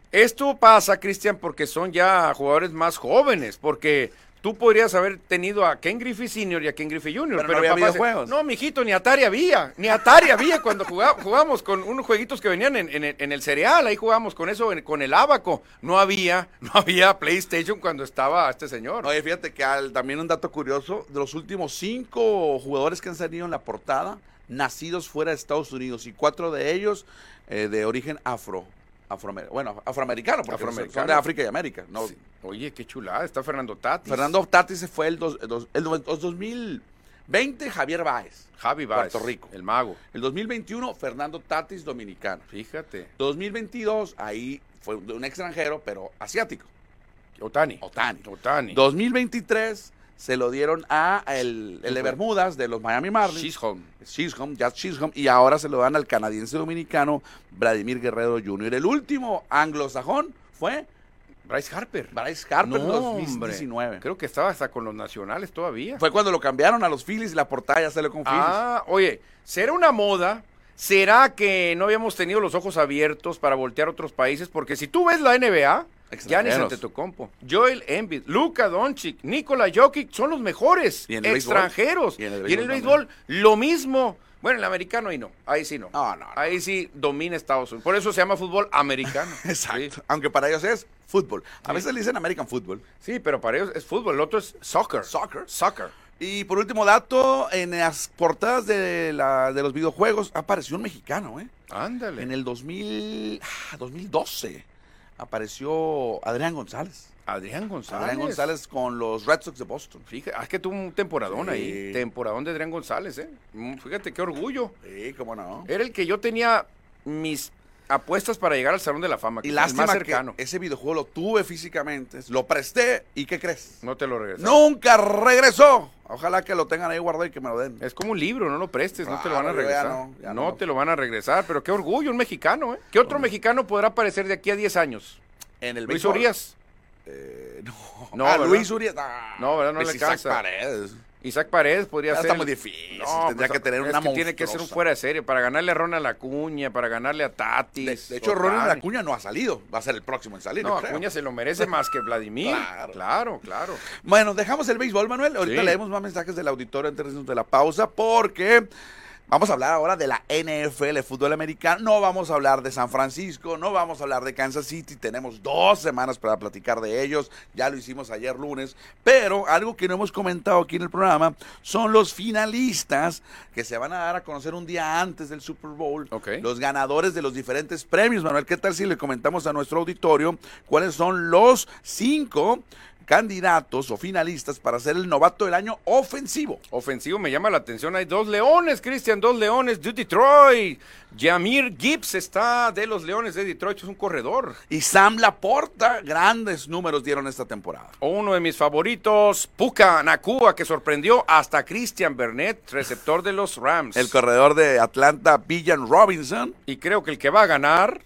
C: Esto pasa, Cristian, porque son ya jugadores más jóvenes, porque tú podrías haber tenido a Ken Griffey Sr. y a Ken Griffey Jr.,
B: Pero no había
C: papá dice,
B: videojuegos.
C: no, mijito, ni Atari había, ni Atari había cuando jugá- jugábamos con unos jueguitos que venían en, en el- en el cereal, ahí jugábamos con eso, en- con el abaco, no había, no había PlayStation cuando estaba este señor.
B: Oye, fíjate que al- también un dato curioso, de los últimos cinco jugadores que han salido en la portada, nacidos fuera de Estados Unidos, y cuatro de ellos eh, de origen afro. afroamer- bueno, afroamericano, porque son- son de
C: Afroamericano.
B: África y América. No,
C: Sí. Oye, qué chulada, está Fernando Tatis.
B: Fernando Tati se fue el, dos- el dos- el noven- los 2020, Javier Báez.
C: Javi Baez,
B: Puerto Rico.
C: El mago.
B: El 2021, Fernando Tatis, dominicano.
C: Fíjate.
B: 2022, ahí fue un un extranjero, pero asiático,
C: Otani.
B: Otani.
C: Otani.
B: 2023 se lo dieron a el, el de
C: Ujú.
B: Bermudas, de los Miami Marlins.
C: Chisholm.
B: Chisholm, Jazz Chisholm, y ahora se lo dan al canadiense dominicano Vladimir Guerrero Jr. El último anglosajón fue
C: Bryce Harper.
B: Bryce Harper
C: No, hombre.
B: 2019.
C: Creo que estaba hasta con los nacionales todavía.
B: Fue cuando lo cambiaron a los Phillies y la portada ya se lo con Phillies.
C: Ah, oye, ¿será una moda? ¿Será que no habíamos tenido los ojos abiertos para voltear a otros países? Porque si tú ves la NBA, Giannis
B: Extranjeros.
C: Antetokounmpo, Joel Embiid, Luka Doncic, Nikola Jokic son los mejores
B: Y en el béisbol.
C: extranjeros.
B: Y en el
C: Y en el
B: béisbol
C: béisbol lo mismo. Bueno, en el americano ahí no, ahí sí no.
B: No, no, no.
C: Ahí sí domina Estados Unidos. Por eso se llama fútbol americano.
B: Exacto.
C: Sí.
B: Aunque para ellos es fútbol. A
C: Sí.
B: veces le dicen American Football.
C: Sí, pero para ellos es fútbol, el otro es soccer.
B: Soccer.
C: Soccer.
B: Y por último dato, en las portadas de, la- de los videojuegos apareció un mexicano, ¿eh?
C: Ándale.
B: En el 2000, ah, 2012 apareció Adrián González.
C: Adrián González.
B: Adrián González con los Red Sox de Boston.
C: Fíjate, es que tuvo un temporadón
B: Sí.
C: ahí. Temporadón de Adrián González, ¿eh? Mm, Fíjate qué orgullo.
B: Sí, cómo no.
C: Era el que yo tenía mis apuestas para llegar al Salón de la Fama. que
B: Y
C: es el
B: lástima
C: más cercano.
B: que ese videojuego lo tuve físicamente, lo presté y ¿qué crees?
C: No te lo regresé.
B: Nunca regresó. Ojalá que lo tengan ahí guardado y que me lo den.
C: Es como un libro, no lo prestes, no te lo van a
B: Claro, yo ya
C: regresar.
B: no,
C: No,
B: ya no.
C: te lo van a regresar, pero qué orgullo, un mexicano, ¿eh? ¿Qué otro mexicano podrá aparecer de aquí a 10 años?
B: En el
C: Luis
B: béisbol.
C: Urias,
B: Eh, no.
C: No,
B: Ah,
C: ¿verdad?
B: Luis Urias. ah,
C: No, ¿verdad? No
B: pues
C: le
B: Isaac
C: alcanza.
B: Paredes.
C: Isaac Paredes podría
B: Ya
C: ser.
B: está
C: el-
B: muy difícil.
C: No,
B: Tendría
C: pues,
B: que tener
C: es
B: una
C: que tiene que ser un
B: monstruosa.
C: fuera de serie para ganarle a Ronald Acuña, para ganarle a Tati.
B: De, de hecho, Ronald Acuña no ha salido. Va a ser el próximo en salir.
C: No,
B: yo creo.
C: Acuña se lo merece más que Vladimir.
B: Claro.
C: Claro, claro.
B: Bueno, dejamos el béisbol, Manuel. Ahorita
C: Sí.
B: leemos más mensajes del auditorio antes de irnos de la pausa porque vamos a hablar ahora de la NFL, fútbol americano. No vamos a hablar de San Francisco, no vamos a hablar de Kansas City. Tenemos dos semanas para platicar de ellos. Ya lo hicimos ayer lunes. Pero algo que no hemos comentado aquí en el programa son los finalistas que se van a dar a conocer un día antes del Super Bowl.
C: Ok.
B: Los ganadores de los diferentes premios, Manuel. ¿Qué tal si le comentamos a nuestro auditorio cuáles son los cinco candidatos o finalistas para ser el novato del año ofensivo?
C: Ofensivo me llama la atención. Hay dos leones, Cristian, dos leones de Detroit. Jamir Gibbs está de los leones de Detroit, es un corredor.
B: Y Sam Laporta, grandes números dieron esta temporada.
C: O uno de mis favoritos, Puka Nakua, que sorprendió hasta Christian Bernet, receptor de los Rams.
B: El corredor de Atlanta, Villan Robinson.
C: y creo que el que va a ganar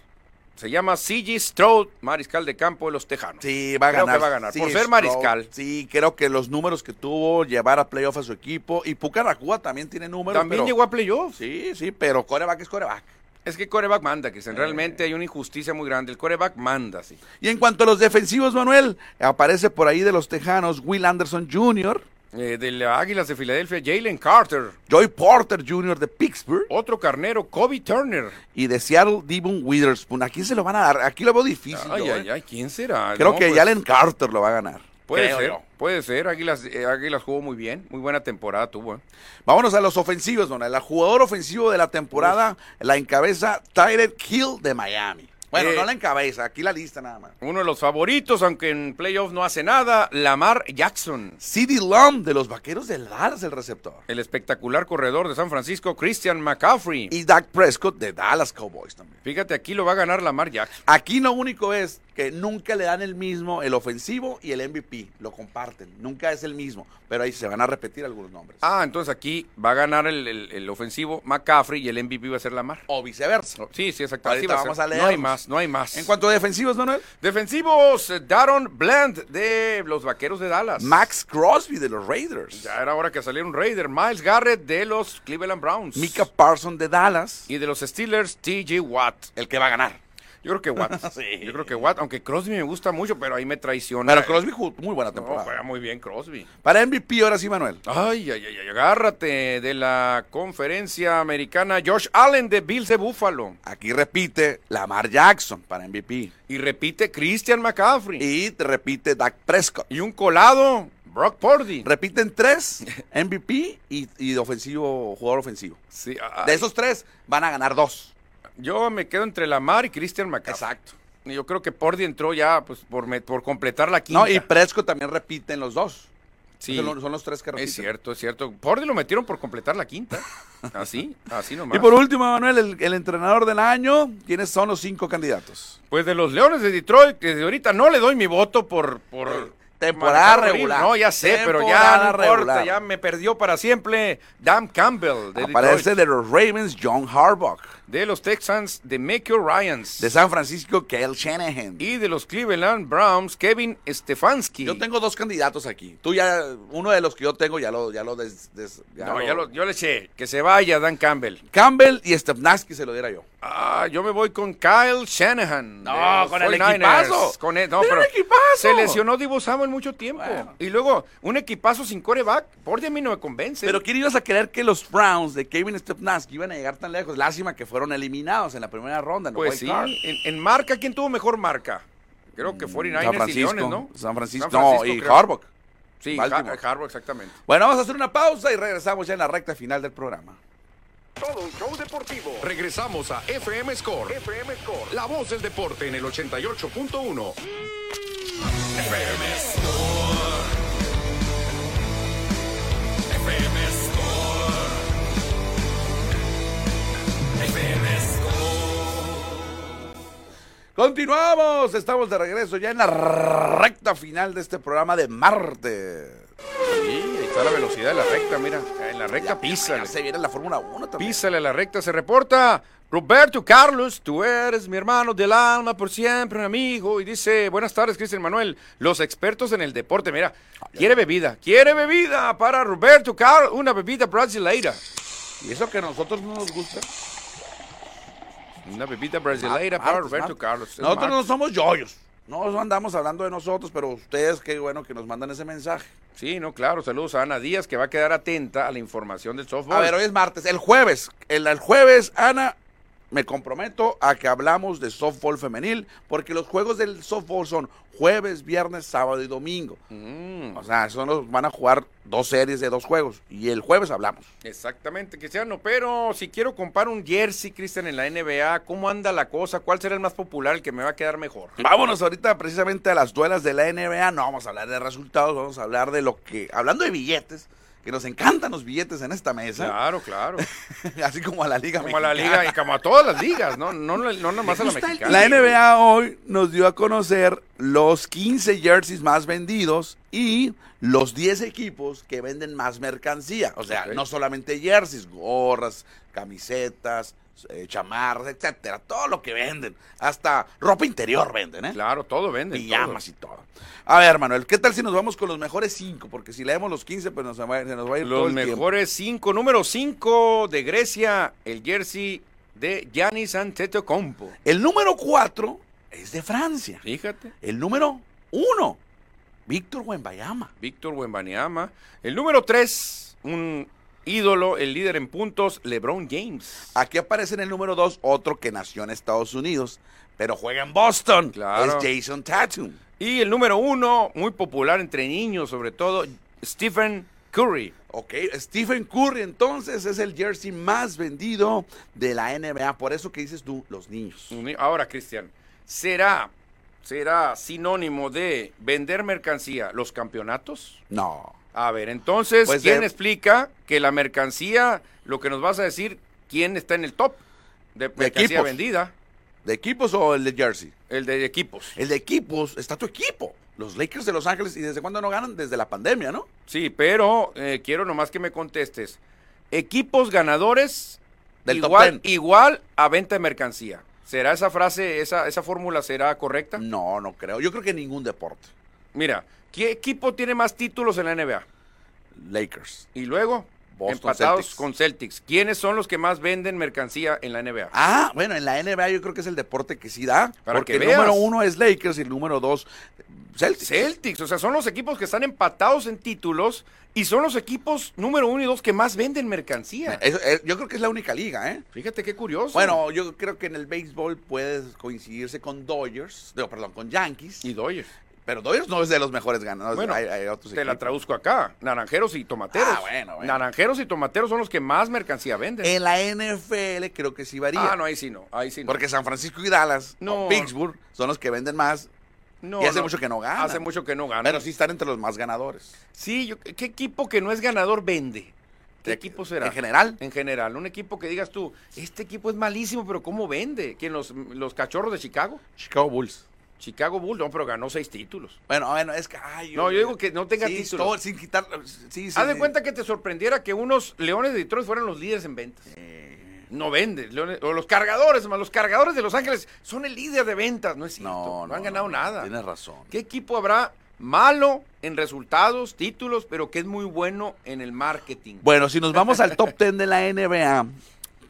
C: se llama C.G. Stroud, mariscal de campo de los Tejanos.
B: Sí, va a
C: Creo
B: ganar.
C: que va a ganar,
B: Sí,
C: por ser
B: Stroud.
C: mariscal.
B: Sí, creo que los números que tuvo, llevar a playoff a su equipo. Y Pucaracua también tiene números.
C: También
B: pero-
C: llegó a playoffs.
B: Sí, sí, pero coreback es coreback.
C: Es que coreback manda,
B: Eh.
C: Cristian. Realmente hay una injusticia muy grande. El coreback manda, sí.
B: Y en cuanto a los defensivos, Manuel, aparece por ahí de los Tejanos Will Anderson Jr.,
C: Eh, de las Águilas de Filadelfia, Jalen Carter.
B: Joy Porter Jr. de Pittsburgh
C: Otro carnero, Kobe Turner.
B: y de Seattle Devon Witherspoon. ¿A quién se lo van a dar? Aquí lo veo difícil.
C: Ay,
B: yo,
C: ay,
B: ¿eh?
C: ay, ¿quién será?
B: Creo
C: No,
B: que
C: pues,
B: Jalen Carter lo va a ganar.
C: Puede
B: Creo
C: ser,
B: yo.
C: puede ser. Águilas, eh, Águilas jugó muy bien. Muy buena temporada tuvo. eh.
B: Vámonos a los ofensivos, Manuel. El jugador ofensivo de la temporada la encabeza Tyler Hill de Miami. Bueno,
C: Eh.
B: no la encabeza, aquí la lista nada más.
C: Uno de los favoritos, aunque en playoffs no hace nada, Lamar Jackson.
B: CeeDee Lamb de los Vaqueros del Dallas, el receptor.
C: El espectacular corredor de San Francisco, Christian McCaffrey.
B: Y Dak Prescott de Dallas Cowboys también.
C: Fíjate, aquí lo va a ganar Lamar Jackson.
B: Aquí lo único es que nunca le dan el mismo, el ofensivo y el MVP, lo comparten, nunca es el mismo, pero ahí se van a repetir algunos nombres.
C: Ah, entonces aquí va a ganar el, el- el ofensivo McCaffrey y el MVP va a ser Lamar.
B: O viceversa.
C: Oh, Sí, sí, exacto.
B: Oh. Ahorita
C: Así va a
B: vamos
C: ser.
B: a leerlos.
C: No hay más, no hay más.
B: En cuanto a defensivos, Manuel,
C: Defensivos, eh, Daron Bland de los Vaqueros de Dallas.
B: Max Crosby de los Raiders,
C: Ya era hora que saliera un Raider. Miles Garrett de los Cleveland Browns.
B: Mika Parson de Dallas,
C: Y de los Steelers, TJ Watt.
B: el que va a ganar.
C: Yo creo que Watt.
B: Sí.
C: Yo creo que Watt, aunque Crosby me gusta mucho, pero ahí me traiciona.
B: Pero Crosby jugó muy buena
C: No,
B: temporada.
C: juega muy bien Crosby.
B: Para MVP, ahora sí, Manuel.
C: Ay, ay, ay, ay, agárrate de la conferencia americana. Josh Allen de Bills de Buffalo.
B: Aquí repite Lamar Jackson para MVP.
C: Y repite Christian McCaffrey.
B: Y te repite Dak Prescott.
C: Y, un colado, Brock Purdy.
B: Repiten tres, MVP y, y ofensivo, jugador ofensivo.
C: Sí, ah, ay.
B: De esos tres, van a ganar dos.
C: Yo me quedo entre Lamar y Christian McCaffrey.
B: Exacto.
C: Yo creo que Pordi entró ya pues por, me- por completar la quinta.
B: No, y Presco también repiten los dos.
C: Sí.
B: Son, los- son los tres que repiten.
C: Es cierto, es cierto. Pordi lo metieron por completar la quinta. Así, así nomás.
B: Y por último, Manuel, el, el entrenador del año, ¿quiénes son los cinco candidatos?
C: Pues de los Leones de Detroit, que desde ahorita no le doy mi voto por... por
B: Temporada
C: manejar
B: regular.
C: No, ya sé, pero ya
B: Temporada
C: no importa,
B: regular.
C: ya me perdió para siempre Dan Campbell de
B: Aparece
C: Detroit.
B: de los Ravens, John Harbaugh.
C: De los Texans, de Mickey Ryans.
B: De San Francisco, Kyle Shanahan.
C: Y de los Cleveland Browns, Kevin Stefanski.
B: Yo tengo dos candidatos aquí. Tú ya, uno de los que yo tengo ya lo, ya lo des- des- ya
C: No,
B: lo-
C: ya lo- yo le sé, que se vaya Dan Campbell.
B: Campbell y Stepnaski se lo diera yo.
C: Ah, yo me voy con Kyle Shanahan.
B: No,
C: de los
B: con el
C: 49ers.
B: equipazo.
C: Con el- no,
B: Mira el
C: pero
B: equipazo.
C: Se lesionó Divo Samuel mucho tiempo.
B: Bueno.
C: Y luego, un equipazo sin coreback. Por de mí no me convence.
B: Pero ¿quién ibas a creer que los Browns de Kevin Stepnaski iban a llegar tan lejos? Lástima que fueron eliminados en la primera ronda. en el wild
C: Pues sí,
B: card. Mm,
C: en, en marca, ¿quién tuvo mejor marca? Creo que 49ers
B: San
C: y Leones,
B: Francisco,
C: ¿no?
B: San Francisco, no, y
C: creo.
B: Harbaugh.
C: Sí,
B: Baltimore.
C: Har- Harbaugh, exactamente.
B: Bueno, vamos a hacer una pausa y regresamos ya en la recta final del programa.
D: Todo un show deportivo.
A: Regresamos a FM Score,
D: FM Score.
A: la voz del deporte en el 88.1.
B: Continuamos, estamos de regreso ya en la recta final de este programa de martes.
C: Sí, ahí está la velocidad de la recta, mira. En la recta pisa.
B: Ya se viene la Fórmula 1 también.
C: Písale a la recta, se reporta Roberto Carlos, tú eres mi hermano del alma, por siempre un amigo. Y dice, buenas tardes, Cristian Manuel, los expertos en el deporte. Mira, quiere bebida, quiere bebida para Roberto Carlos, una bebida brasileira.
B: Y eso que a nosotros no nos gusta.
C: Una bebida brasileira para
B: Martes,
C: Roberto
B: martes.
C: Carlos. Es
B: Ah, Nosotros
C: martes.
B: no somos yoyos. No andamos hablando de nosotros, pero ustedes qué bueno que nos mandan ese mensaje.
C: Sí, no, claro, saludos a Ana Díaz, que va a quedar atenta a la información del softball.
B: A ver, hoy es martes. El jueves, el, el jueves, Ana, me comprometo a que hablamos de softball femenil, porque los juegos del softball son jueves, viernes, sábado y domingo.
C: Mm,
B: O sea, son los, van a jugar dos series de dos juegos. Y el jueves hablamos.
C: exactamente, Cristiano, pero si quiero comprar un jersey, Cristian, en la NBA, ¿cómo anda la cosa? ¿Cuál será el más popular, el que me va a quedar mejor?
B: Vámonos ahorita precisamente a las duelas de la NBA. No vamos a hablar de resultados, vamos a hablar de lo que. Hablando de billetes, que nos encantan los billetes en esta mesa.
C: Claro, claro.
B: Así como a la Liga
C: Como a la
B: Mexicana.
C: liga y como a todas las ligas, ¿no? No, no, no nomás a la
B: Gusta el-
C: mexicana.
B: La NBA hoy nos dio a conocer los 15 jerseys más vendidos y los 10 equipos que venden más mercancía. O sea,
C: Ok.
B: no solamente jerseys, gorras, camisetas, eh, chamarras, etcétera. Todo lo que venden. Hasta ropa interior venden, ¿eh?
C: Claro, todo vende.
B: Pijamas y todo. A ver, Manuel, ¿qué tal si nos vamos con los mejores 5? Porque si leemos los 15, pues nos va, se nos va a ir todo
C: Los
B: el tiempo.
C: mejores cinco. Número cinco de Grecia, el jersey de Giannis Antetokounmpo.
B: El número 4 es de Francia.
C: Fíjate.
B: El número 1, Víctor Wembayama.
C: Víctor Wembanyama. El número tres, un ídolo, el líder en puntos, LeBron James.
B: Aquí aparece en el número 2 otro que nació en Estados Unidos, pero juega en Boston.
C: Claro.
B: Es Jason Tatum.
C: Y el número uno, muy popular entre niños sobre todo, Stephen Curry.
B: Ok, Stephen Curry entonces es el jersey más vendido de la NBA. Por eso que dices tú, los niños.
C: Uni- Ahora, Cristian, ¿será, será sinónimo de vender mercancía los campeonatos?
B: No.
C: A ver, entonces,
B: Pues,
C: ¿quién
B: eh,
C: explica que la mercancía, lo que nos vas a decir, quién está en el top de mercancía
B: equipos.
C: vendida?
B: ¿De equipos o el de jersey?
C: El de equipos.
B: El de equipos, está tu equipo. Los Lakers de Los Ángeles, ¿y desde cuándo no ganan? Desde la pandemia, ¿no?
C: Sí, pero eh, quiero nomás que me contestes. Equipos ganadores
B: Del top
C: igual,
B: 10.
C: igual a venta de mercancía. ¿Será esa frase, esa, esa fórmula será correcta?
B: No, no creo. Yo creo que ningún deporte.
C: Mira, ¿qué equipo tiene más títulos en la NBA?
B: Lakers.
C: Y luego,
B: Boston
C: empatados
B: Celtics.
C: con Celtics. ¿Quiénes son los que más venden mercancía en la NBA?
B: Ah, bueno, en la NBA yo creo que es el deporte que sí da.
C: Para
B: porque
C: que
B: el
C: veas.
B: número uno es Lakers y el número dos Celtics.
C: Celtics, o sea, son los equipos que están empatados en títulos y son los equipos número uno y dos que más venden mercancía.
B: Eso, eh, yo creo que es la única liga, ¿eh?
C: Fíjate qué curioso.
B: Bueno, yo creo que en el béisbol puede coincidirse con Dodgers, digo, perdón, con Yankees,
C: y Dodgers.
B: Pero Dodgers no es de los mejores ganadores.
C: Bueno,
B: hay, hay otros
C: Te la
B: equipos.
C: traduzco acá. Naranjeros y tomateros.
B: Ah, bueno, bueno.
C: Naranjeros y tomateros son los que más mercancía venden.
B: En la NFL creo que sí varía.
C: Ah, no, ahí sí no. Ahí sí no.
B: Porque San Francisco y Dallas,
C: No.
B: o Pittsburgh, son los que venden más,
C: No,
B: y hace mucho que no ganan.
C: Hace mucho que Ah, no ganan.
B: pero sí están entre los más ganadores.
C: Sí, yo- ¿qué equipo que no es ganador vende? ¿Qué
B: De-
C: equipo será?
B: en general.
C: En general. Un equipo que digas tú, este equipo es malísimo, pero ¿cómo vende? ¿Quién, los, los cachorros de Chicago?
B: Chicago Bulls.
C: Chicago Bulls, no, pero ganó seis títulos.
B: Bueno, bueno, es que. ay,
C: No, yo digo que no tenga
B: sí,
C: títulos.
B: todo, sin quitar. Sí, sí.
C: Haz de
B: sí.
C: cuenta que te sorprendiera que unos Leones de Detroit fueran los líderes en ventas.
B: Eh,
C: No vendes. Leones- o los cargadores, más los cargadores de Los Ángeles son el líder de ventas. No es cierto. No,
B: No,
C: han ganado nada.
B: Tienes razón.
C: ¿Qué equipo habrá malo en resultados, títulos, pero que es muy bueno en el marketing?
B: Bueno, si nos vamos al top 10 de la NBA,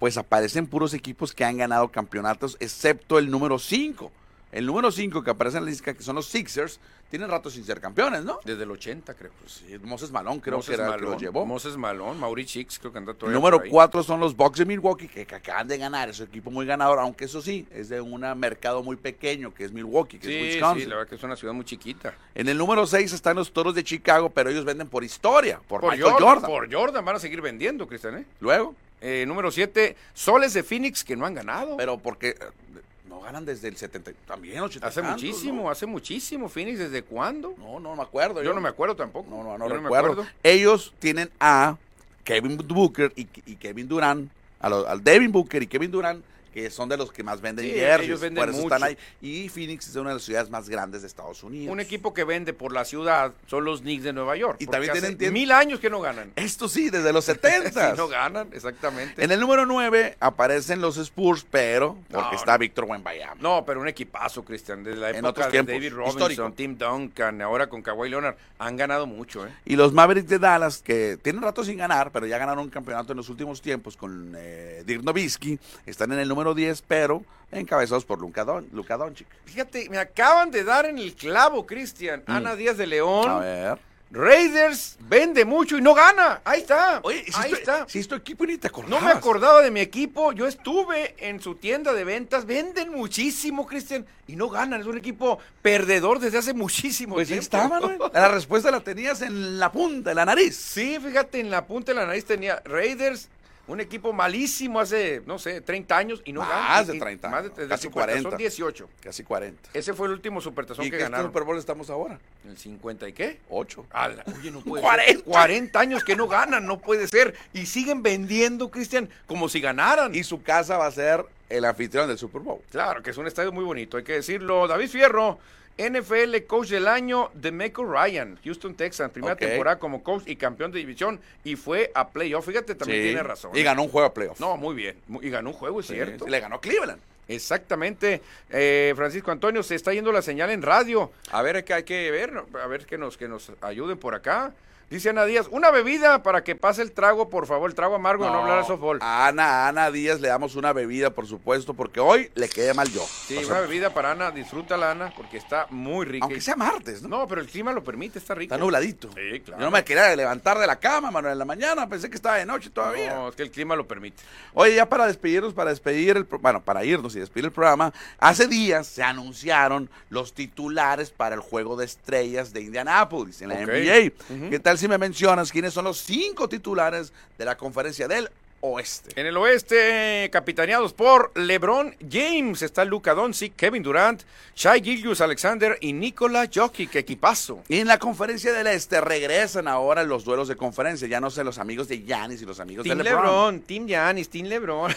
B: pues aparecen puros equipos que han ganado campeonatos, excepto el número 5. El número 5 que aparece en la lista, que son los Sixers, tienen rato sin ser campeones, ¿no?
C: Desde el 80, creo.
B: Sí, Moses Malón creo que era el que
C: Malone,
B: los llevó.
C: Moses Malone, Mauri Chicks, creo que anda todavía.
B: Número
C: por ahí.
B: 4 son los Bucks de Milwaukee, que, que acaban de ganar. Es un equipo muy ganador, aunque eso sí, es de un mercado muy pequeño, que es Milwaukee, que es
C: Sí, sí, la
B: Wisconsin.
C: verdad que es una ciudad muy chiquita.
B: En el número 6 están los Toros de Chicago, pero ellos venden por historia, por,
C: Por
B: Michael
C: Jordan,
B: Jordan.
C: Por Jordan van a seguir vendiendo, Cristian, ¿eh?
B: Luego,
C: Eh, número 7, Soles de Phoenix que no han ganado.
B: pero porque eh, no ganan desde el 70, también 80
C: hace
B: tantos,
C: muchísimo,
B: ¿no?
C: hace muchísimo. Phoenix, ¿desde cuándo?
B: No, no me acuerdo.
C: yo, no me acuerdo tampoco.
B: No, no, no
C: Yo
B: recuerdo. Ellos tienen a Kevin Booker y, y Kevin Durant, a los- al Devin Booker y Kevin Durant, que son de los que más venden
C: Sí,
B: jerseys,
C: ellos venden
B: por eso
C: mucho.
B: están ahí. Y Phoenix es una de las ciudades más grandes de Estados Unidos.
C: Un equipo que vende por la ciudad son los Knicks de Nueva York.
B: Y
C: porque
B: también
C: hace
B: tienen- tienen-
C: mil años que no ganan.
B: Esto sí, desde los
C: Sí,
B: 70.
C: no ganan, exactamente.
B: en el número 9 aparecen los Spurs, pero porque
C: No,
B: está Víctor Wembanyama.
C: No, pero un equipazo, Cristian. Desde la
B: En
C: época
B: otros
C: de
B: tiempos,
C: David Robinson,
B: histórico.
C: Tim Duncan, ahora con Kawhi Leonard, han ganado mucho, ¿eh?
B: Y los Mavericks de Dallas, que tienen rato sin ganar, pero ya ganaron un campeonato en los últimos tiempos con eh, Dirk Nowitzki, están en el número 10, pero encabezados por Luka, Don- Luka Doncic.
C: Fíjate, me acaban de dar en el clavo, Cristian. Ana Díaz de
B: Mm. A
C: León.
B: ver.
C: Raiders vende mucho y no gana. Ahí está. ahí está.
B: Si esto equipo ni te acordabas.
C: No me acordaba de mi equipo. Yo estuve en su tienda de ventas. Venden muchísimo, Cristian, y no ganan. Es un equipo perdedor desde hace muchísimo
B: Pues ahí
C: tiempo.
B: estaba, ¿no? La respuesta la tenías en la punta, en la nariz.
C: Sí, fíjate, en la punta de la nariz tenía Raiders, un equipo malísimo hace, no sé, 30 años y no
B: Más
C: ganan.
B: de
C: Y-
B: 30
C: más
B: años,
C: de,
B: casi
C: Supertazón
B: 40.
C: 18.
B: Casi 40.
C: Ese fue el último supertazón
B: ¿Y qué
C: que
B: este
C: ganaron. Ah.
B: Super Bowl estamos ahora?
C: ¿El 50 y qué?
B: 8.
C: Ala, oye, no puede
B: 40.
C: ser. 40 años que no ganan, no puede ser. Y siguen vendiendo, Cristian, como si ganaran.
B: Y su casa va a ser el anfitrión del Super Bowl.
C: Claro, que es un estadio muy bonito, hay que decirlo. David Fierro, NFL Coach del Año de Meco Ryan, Houston, Texas, primera
B: Ok.
C: temporada como coach y campeón de división y fue a playoff. Fíjate, también
B: Sí.
C: tiene razón. ¿eh?
B: Y ganó un juego a playoff.
C: No, muy bien. mu- Y ganó un juego, es
B: Sí,
C: cierto.
B: sí, Le ganó a Cleveland.
C: Exactamente. Eh, Francisco Antonio, se está yendo la señal en radio. A ver, es que hay que ver, ¿no? a ver que nos, que nos ayuden por acá. Dice Ana Díaz, una bebida para que pase el trago, por favor, el trago amargo, no, no hablar de softball.
B: A Ana, a Ana Díaz le damos una bebida, por supuesto, porque hoy le quedé mal yo.
C: sí,
B: O sea,
C: una bebida para Ana, disfrútala Ana, porque está muy rica.
B: aunque sea martes, ¿no?
C: No, pero el clima lo permite, está rico.
B: Está nubladito.
C: Sí, claro.
B: Yo no me quería levantar de la cama, Manuel, en la mañana. Pensé que estaba de noche todavía.
C: No, es que el clima lo permite.
B: Oye, ya para despedirnos, para despedir el, pro- bueno, para irnos y despedir el programa, hace días se anunciaron los titulares para el juego de estrellas de Indianápolis en la
C: Ok.
B: NBA. ¿Qué tal si me mencionas quiénes son los cinco titulares de la conferencia del Oeste?
C: En el oeste, capitaneados por LeBron James, está Luka Doncic, Kevin Durant, Shai Gilgius Alexander y Nikola Jokic, que equipazo.
B: Y en la conferencia del Este regresan ahora los duelos de conferencia, ya no sé, los amigos de Giannis y los amigos
C: Team
B: de LeBron.
C: LeBron, Team Giannis, Team LeBron.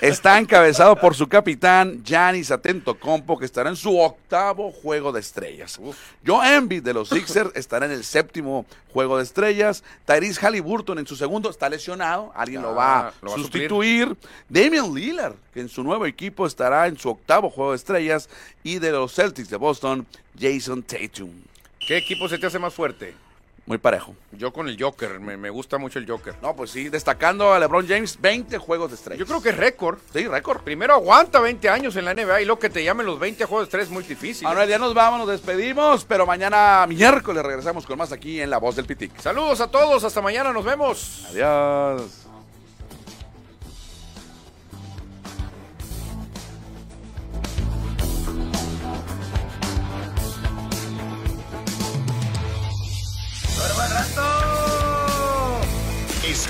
B: Está encabezado por su capitán, Giannis Atento Compo, que estará en su octavo juego de estrellas. Joe Embiid de los Sixers estará en el séptimo juego de estrellas. Tyrese Halliburton en su segundo está lesionado. Alguien
C: Ah,
B: lo va a
C: lo va a
B: sustituir. Damian Lillard, que en su nuevo equipo estará en su octavo juego de estrellas. Y de los Celtics de Boston, Jason Tatum.
C: ¿Qué equipo se te hace más fuerte?
B: Muy parejo.
C: Yo con el Joker, me, me gusta mucho el Joker.
B: No, pues sí, destacando a LeBron James, 20 juegos de estrellas.
C: Yo creo que es récord.
B: Sí, récord.
C: Primero aguanta 20 años en la NBA y lo que te llamen los 20 juegos 3 es muy difícil. ¿eh?
B: Manuel, ya nos vamos, nos despedimos, pero mañana miércoles regresamos con más aquí en La Voz del Pitic.
C: Saludos a todos, hasta mañana, nos vemos.
B: Adiós.